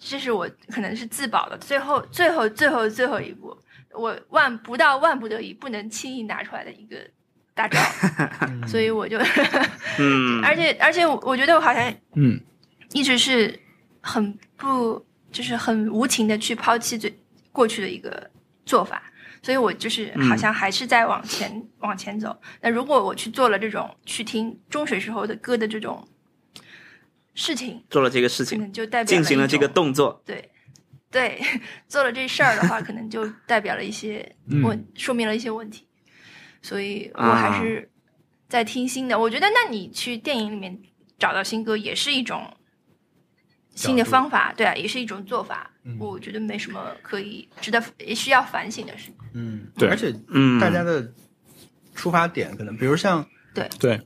这是我可能是自保的最后最后最后最后一步，我万不到万不得已不能轻易拿出来的一个大 招，嗯所以我就，嗯， 而且而且我我觉得我好像嗯，一直是很不就是很无情的去抛弃最过去的一个做法，所以我就是嗯好像还是在往前、往前走。那如果我去做了这种去听中学时候的歌的这种事情，做了这个事可情，能就代表进行了一这个种动作，对对， 做了这事儿的话，可能就代表了一 些嗯问，说明了一些问题。所以啊我还是在听新的。我觉得，那你去电影里面找到新歌，也是一种新的角度方法，对啊，也是一种做法。嗯我觉得没什么可以值得也需要反省的事。嗯，对而且嗯，大家的出发点可能，比如像对，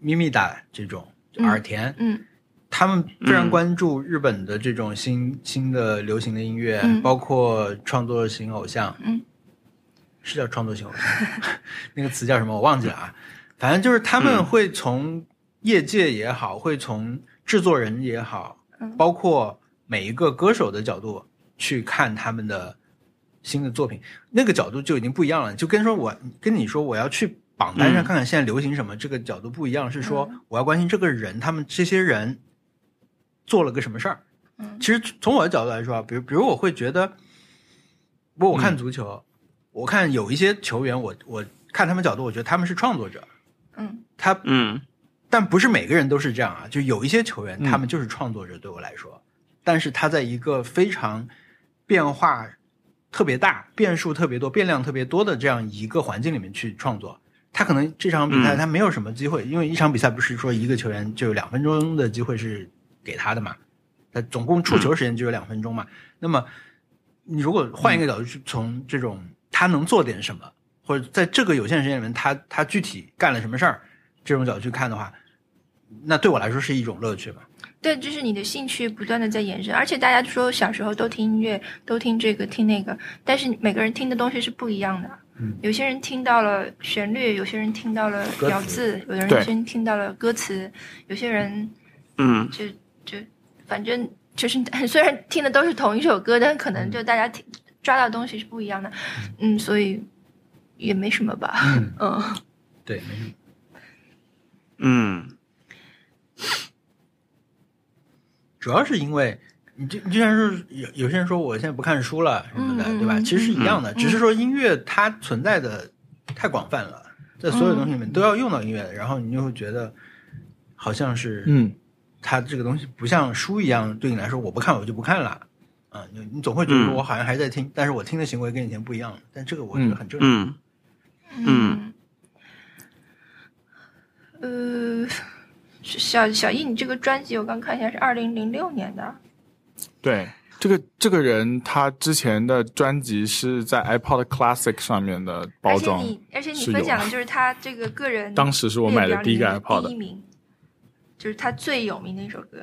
咪咪哒这种，就嗯耳田，嗯他们非常嗯关注日本的这种新新的流行的音乐，嗯包括创作型偶像，嗯，是叫创作型偶像， 那个词叫什么我忘记了啊。反正就是他们嗯会从业界也好，会从制作人也好，嗯包括每一个歌手的角度去看他们的新的作品，那个角度就已经不一样了。就跟说我跟你说我要去榜单上嗯看看现在流行什么，这个角度不一样，是说嗯我要关心这个人，他们这些人做了个什么事儿。嗯其实从我的角度来说啊，比如比如我会觉得，不，我看足球，我看有一些球员，我我看他们角度，我觉得他们是创作者，嗯他嗯但不是每个人都是这样啊，就有一些球员嗯他们就是创作者，对我来说，但是他在一个非常变化特别大、变数特别多、变量特别多的这样一个环境里面去创作，他可能这场比赛嗯他没有什么机会，因为一场比赛不是说一个球员就有两分钟的机会是给他的嘛，他总共触球时间就有两分钟嘛，那么你如果换一个角度去从这种他能做点什么，或者在这个有限时间里面他他具体干了什么事儿这种角度去看的话，那对我来说是一种乐趣嘛。对，就是你的兴趣不断的在延伸，而且大家说小时候都听音乐，都听这个听那个，但是每个人听的东西是不一样的。嗯有些人听到了旋律，有些人听到了歌咬词字，有的对人先听到了歌词，有些人嗯，就就反正就是， 虽然听的都是同一首歌，但可能就大家听抓到的东西是不一样的。嗯，所以也没什么吧。嗯， 嗯，对，没什么。嗯主要是因为你就你就像是有有些人说我现在不看书了什么的，嗯嗯对吧？嗯其实是一样的，只是说音乐它存在的太广泛了，在所有东西里嗯面都要用到音乐，然后你就会觉得好像是嗯，它这个东西不像书一样，对你来说我不看我就不看了。啊，你你总会觉得说嗯我好像还在听，但是我听的行为跟以前不一样了，但这个我觉得很正常。嗯嗯嗯，呃，小小易，你这个专辑我刚看一下是二零零六年的，对，这个这个人他之前的专辑是在 iPod Classic 上面的包而且装，你而且你是分有享的就是他这个个人当时是我列买的表第一个里面 iPod 第一名，就是他最有名的一首歌。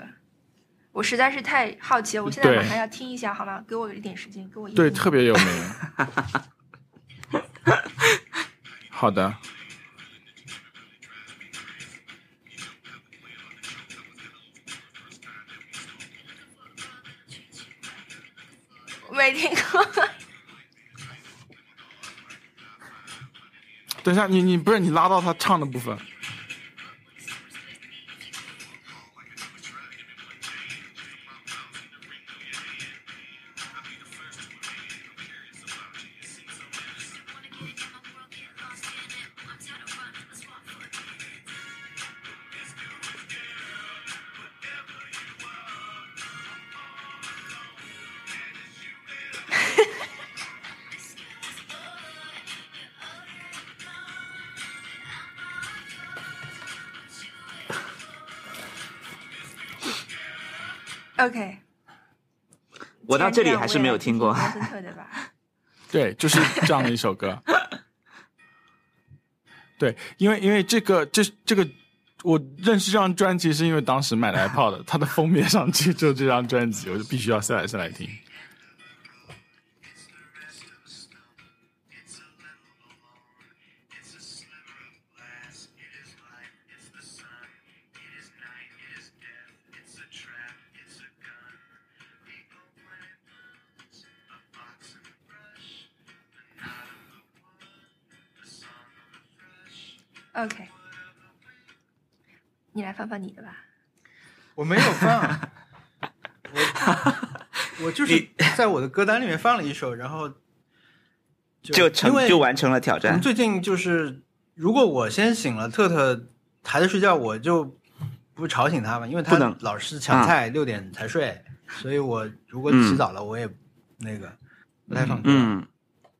我实在是太好奇了，我现在对马上要听一下，好吗？给我一点时间，给我一对，分钟特别有名。 好的，没听过。等一下，你你不是你拉到他唱的部分， OK， 我到这既里然样还是没有听过我也来听听罗森特的吧？对，就是这样的一首 歌。对，因为因为这个这这个，我认识这张专辑是因为当时买的 iPod，它的封面上就就这张专辑，我就必须要下来下来听。 OK，你来翻翻你的吧。我没有 放，我我就是你 在我的歌单里面放了一首，然后就因成为就完成了挑我战们。最近就是，如果我先醒了，特特还在睡觉，我就不吵醒他嘛，因为他不能啊老是抢菜，六点才睡，所以我如果起早了，我也那个不太放歌。嗯，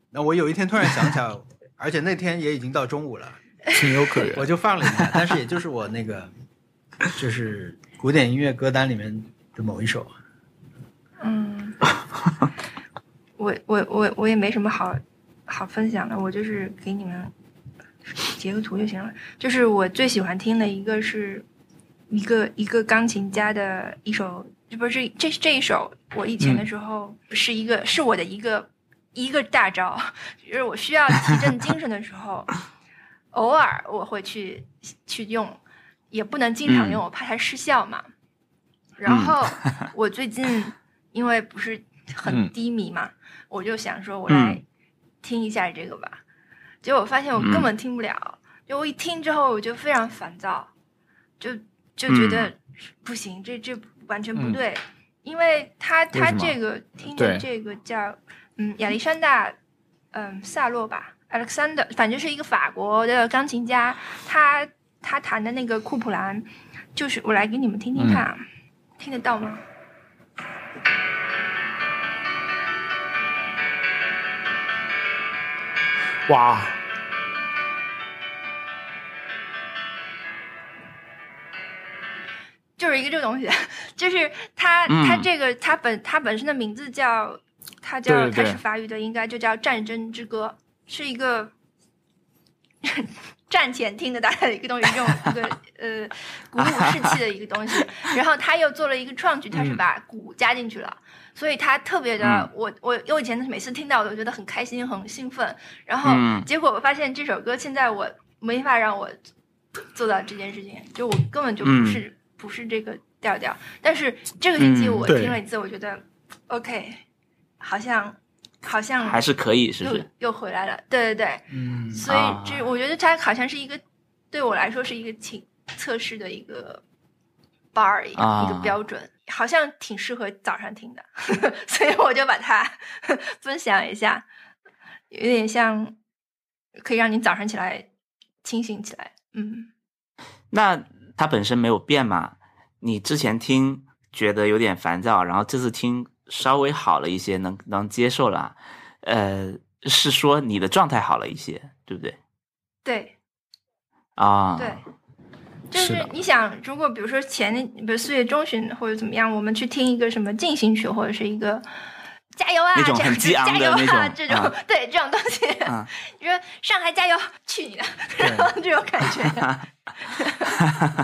那我有一天突然想起来，而且那天也已经到中午了，情有可原。 我就放了一下，但是也就是我那个 就是古典音乐歌单里面的某一首。嗯，我我我我也没什么好好分享的，我就是给你们截个图就行了。就是我最喜欢听的一个是一个一个钢琴家的一首，这不是这这一首，我以前的时候是一个、是我的一个一个大招，就是我需要提振精神的时候，偶尔我会去去用，也不能经常用，我怕它失效嘛。然后我最 近因为不是很嗯低迷嘛，我就想说我嗯来听一下这个吧。结果我发现我嗯根本听不了，就我一听之后我就非常烦躁，就就觉得不行，这这完全不嗯对，因为他他为什么这个听的对这个叫嗯亚历山大嗯萨洛吧，Alexander，反正是一个法国的钢琴家，他他弹的那个库普兰，就是我来给你们听嗯听看啊，听得到吗？哇，就是一个这个东西， 就是它嗯它这个它本它本身的名字叫它叫对对对它是法语的，应该就叫《战争之歌》，是一个 战前听的大家的一个东西，这种一个呃鼓舞士气的一个东西。然后他又做了一个创举，他是把鼓加进去了。所以他特别的，嗯我我我以前每次听到我都觉得很开心很兴奋，然后嗯结果我发现这首歌现在我没法让我做到这件事情，就我根本就不嗯是、不是这个调调。但是这个星期嗯我对听了一次，我觉得 OK，好像好像还是可以，是不又是？又回来了，对对对，嗯所以啊这我觉得它好像是一个对我来说是一个挺测试的一个 bar 一个、啊一个标准，好像挺适合早上听的， 所以我就把它 分享一下，有点像可以让你早上起来清醒起来，嗯，那它本身没有变嘛？你之前听觉得有点烦躁，然后这次听稍微好了一些，能能接受了。呃，是说你的状态好了一些，对不对？对。啊，对，就是是的你想，如果比如说前比如四月中旬或者怎么样，我们去听一个什么进行曲或者是一个加油啊那种这样很子激昂加的油那啊种这种啊对这种东西， 啊你说上海加油，去你的，然后这种感 觉，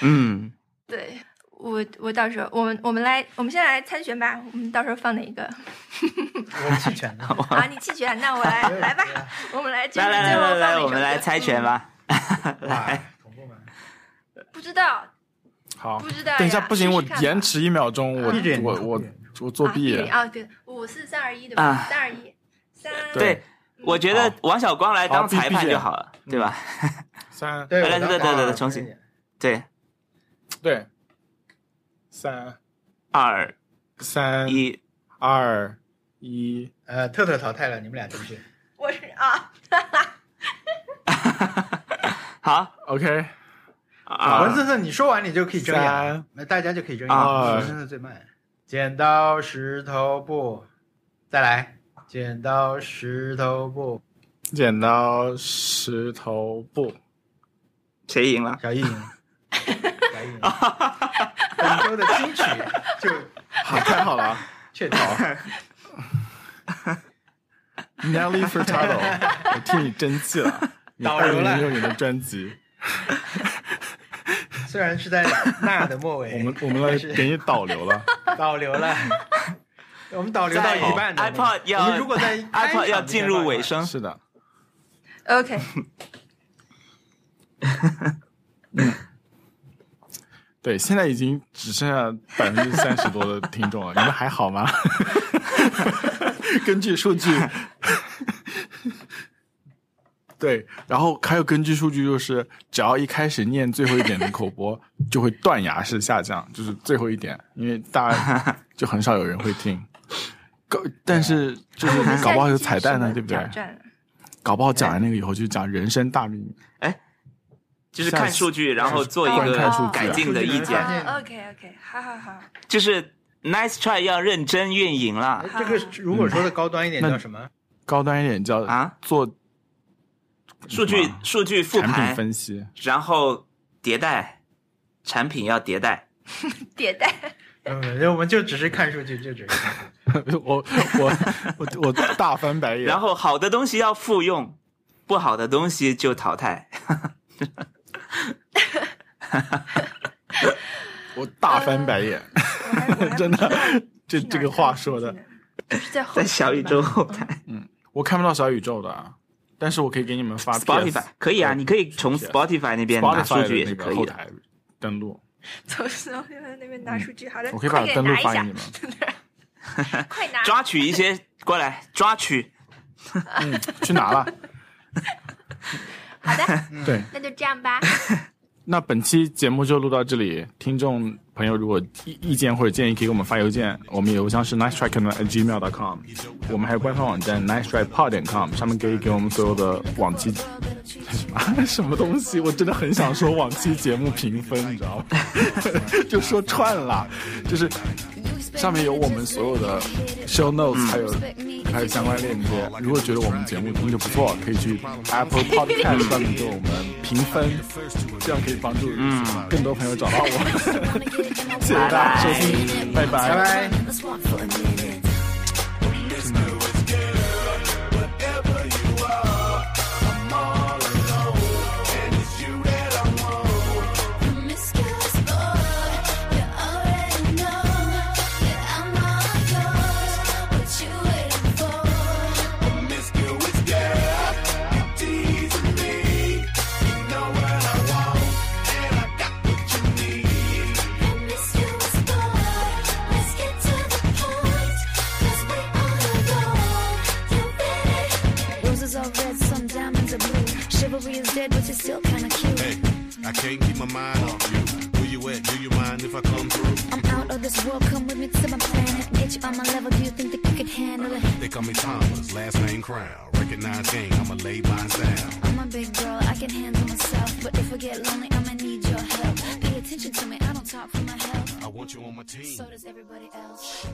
嗯，对。我我到时候我们我们来我们先来参选吧，我们到时候放哪一个我弃权的。 啊？你弃权，那我 来来吧，我们来决定来来最来后放哪来来，首我们来歌猜拳。吧。嗯 啊哇，同步吗？嗯不知道，好，不知道呀等一下，不行，试试我看吧延迟一秒钟，我闭着眼睛我闭我着眼我作啊弊，啊，对，五四三二一对吧啊？三二一，三对对，我觉得好王小光来当好闭裁判闭就眼好了，对吧？三对来来来来来来重新对，对，三二三一，二一，呃，特特淘汰了，你们俩进去。我是啊，好， OK，啊文森特，你说完你就可以睁眼三，那大家就可以睁眼。二文森特最慢。剪刀石头布，再来。剪刀石头布，剪刀石头布，谁赢了？ 小易赢。小易赢。本周的金曲就好，太好了啊确定。，Nelly Furtado，我替你争气了，你导二游零了零六年的专辑，虽然是在那的末 尾，我们我们来但是给你导流了， 导流了。我们导流到一半的。 iPod 我要们如果在开 场 iPod 要进入尾嗯声，是的， OK，对，现在已经只剩下百分之三十多的听众了，你们还好吗？根据数据，对，然后还有根据数据就是，只要一开始念最后一点的口播，就会断崖式下降，就是最后一点，因为大家就很少有人会听。搞，但是就是我们搞不好下一有期彩是蛋什呢，么对不对挑？战搞不好讲完那个以后就讲人生大秘密。就是看数据，然后做一观看数据个啊改进的意对见。啊，OK OK，好好好，就是 nice try 要认真运营啦哎这个如果说的高端一点那叫什么？高端一点叫啊！做数据数据复啊产品盘，分析，然后迭代，产品要迭代。迭代嗯，我们就只是看数据，就只是看数据。 我我我我大翻白眼。然后好的东西要复用，不好的东西就淘汰。我大翻白眼，我还呃我还真的不知道这去哪这儿个看话的说的进，来是在后 在台小宇吧宙后嗯台我看不到小宇宙的啊，但是我可以给你们发，Spotify 可以啊，你可以从 Spotify 那边拿 PS 数 Spotify 据也的是那可个以后的。台登录。从从那边拿数据，好的，嗯我可以把快给登录拿一发下给 你 们快拿，抓取一些过来，抓取嗯，去拿了。好的，嗯对，那就这样吧，那本期节目就录到这里。听众朋友如果意意见或者建议，可以给我们发邮件，我们邮箱是 nice try gmail.com，我们还有官方网站 nice try pod com，上面可以给我们所有的往期 什么东西，我真的很想说往期节目评分，你知道吗？ 就说串了，就是上面有我们所有的 show notes，还有、还有相关链接。如果觉得我们节目听着不错，可以去 Apple Podcast 上面给我们评分，这样可以帮助更多朋友找到我。 谢谢大家收听，拜拜拜。拜。 Promiscuous love, you already know that I'm all yours. What you waiting for? Promiscuous girl, you teasing me. You know what I want, and I got what you need. Promiscuous boy, let's get to the point, 'cause we on a roll. You ready? Roses are red, some diamonds are blue. Chivalry is dead, but you're still kinda cute. Hey, I can't keep my mind off you. Where you at? Do you mind if I come through? I'm out of this world, come with me to my planet. Get you on my level, do you think that you could handle it? They call me Thomas, last name Crown. Recognize gang, I'ma lay mine down. I'm a big girl, I can handle myself. But if I get lonely, I'ma need your help. Pay attention to me, I don't talk for my health. I want you on my team. So does everybody else.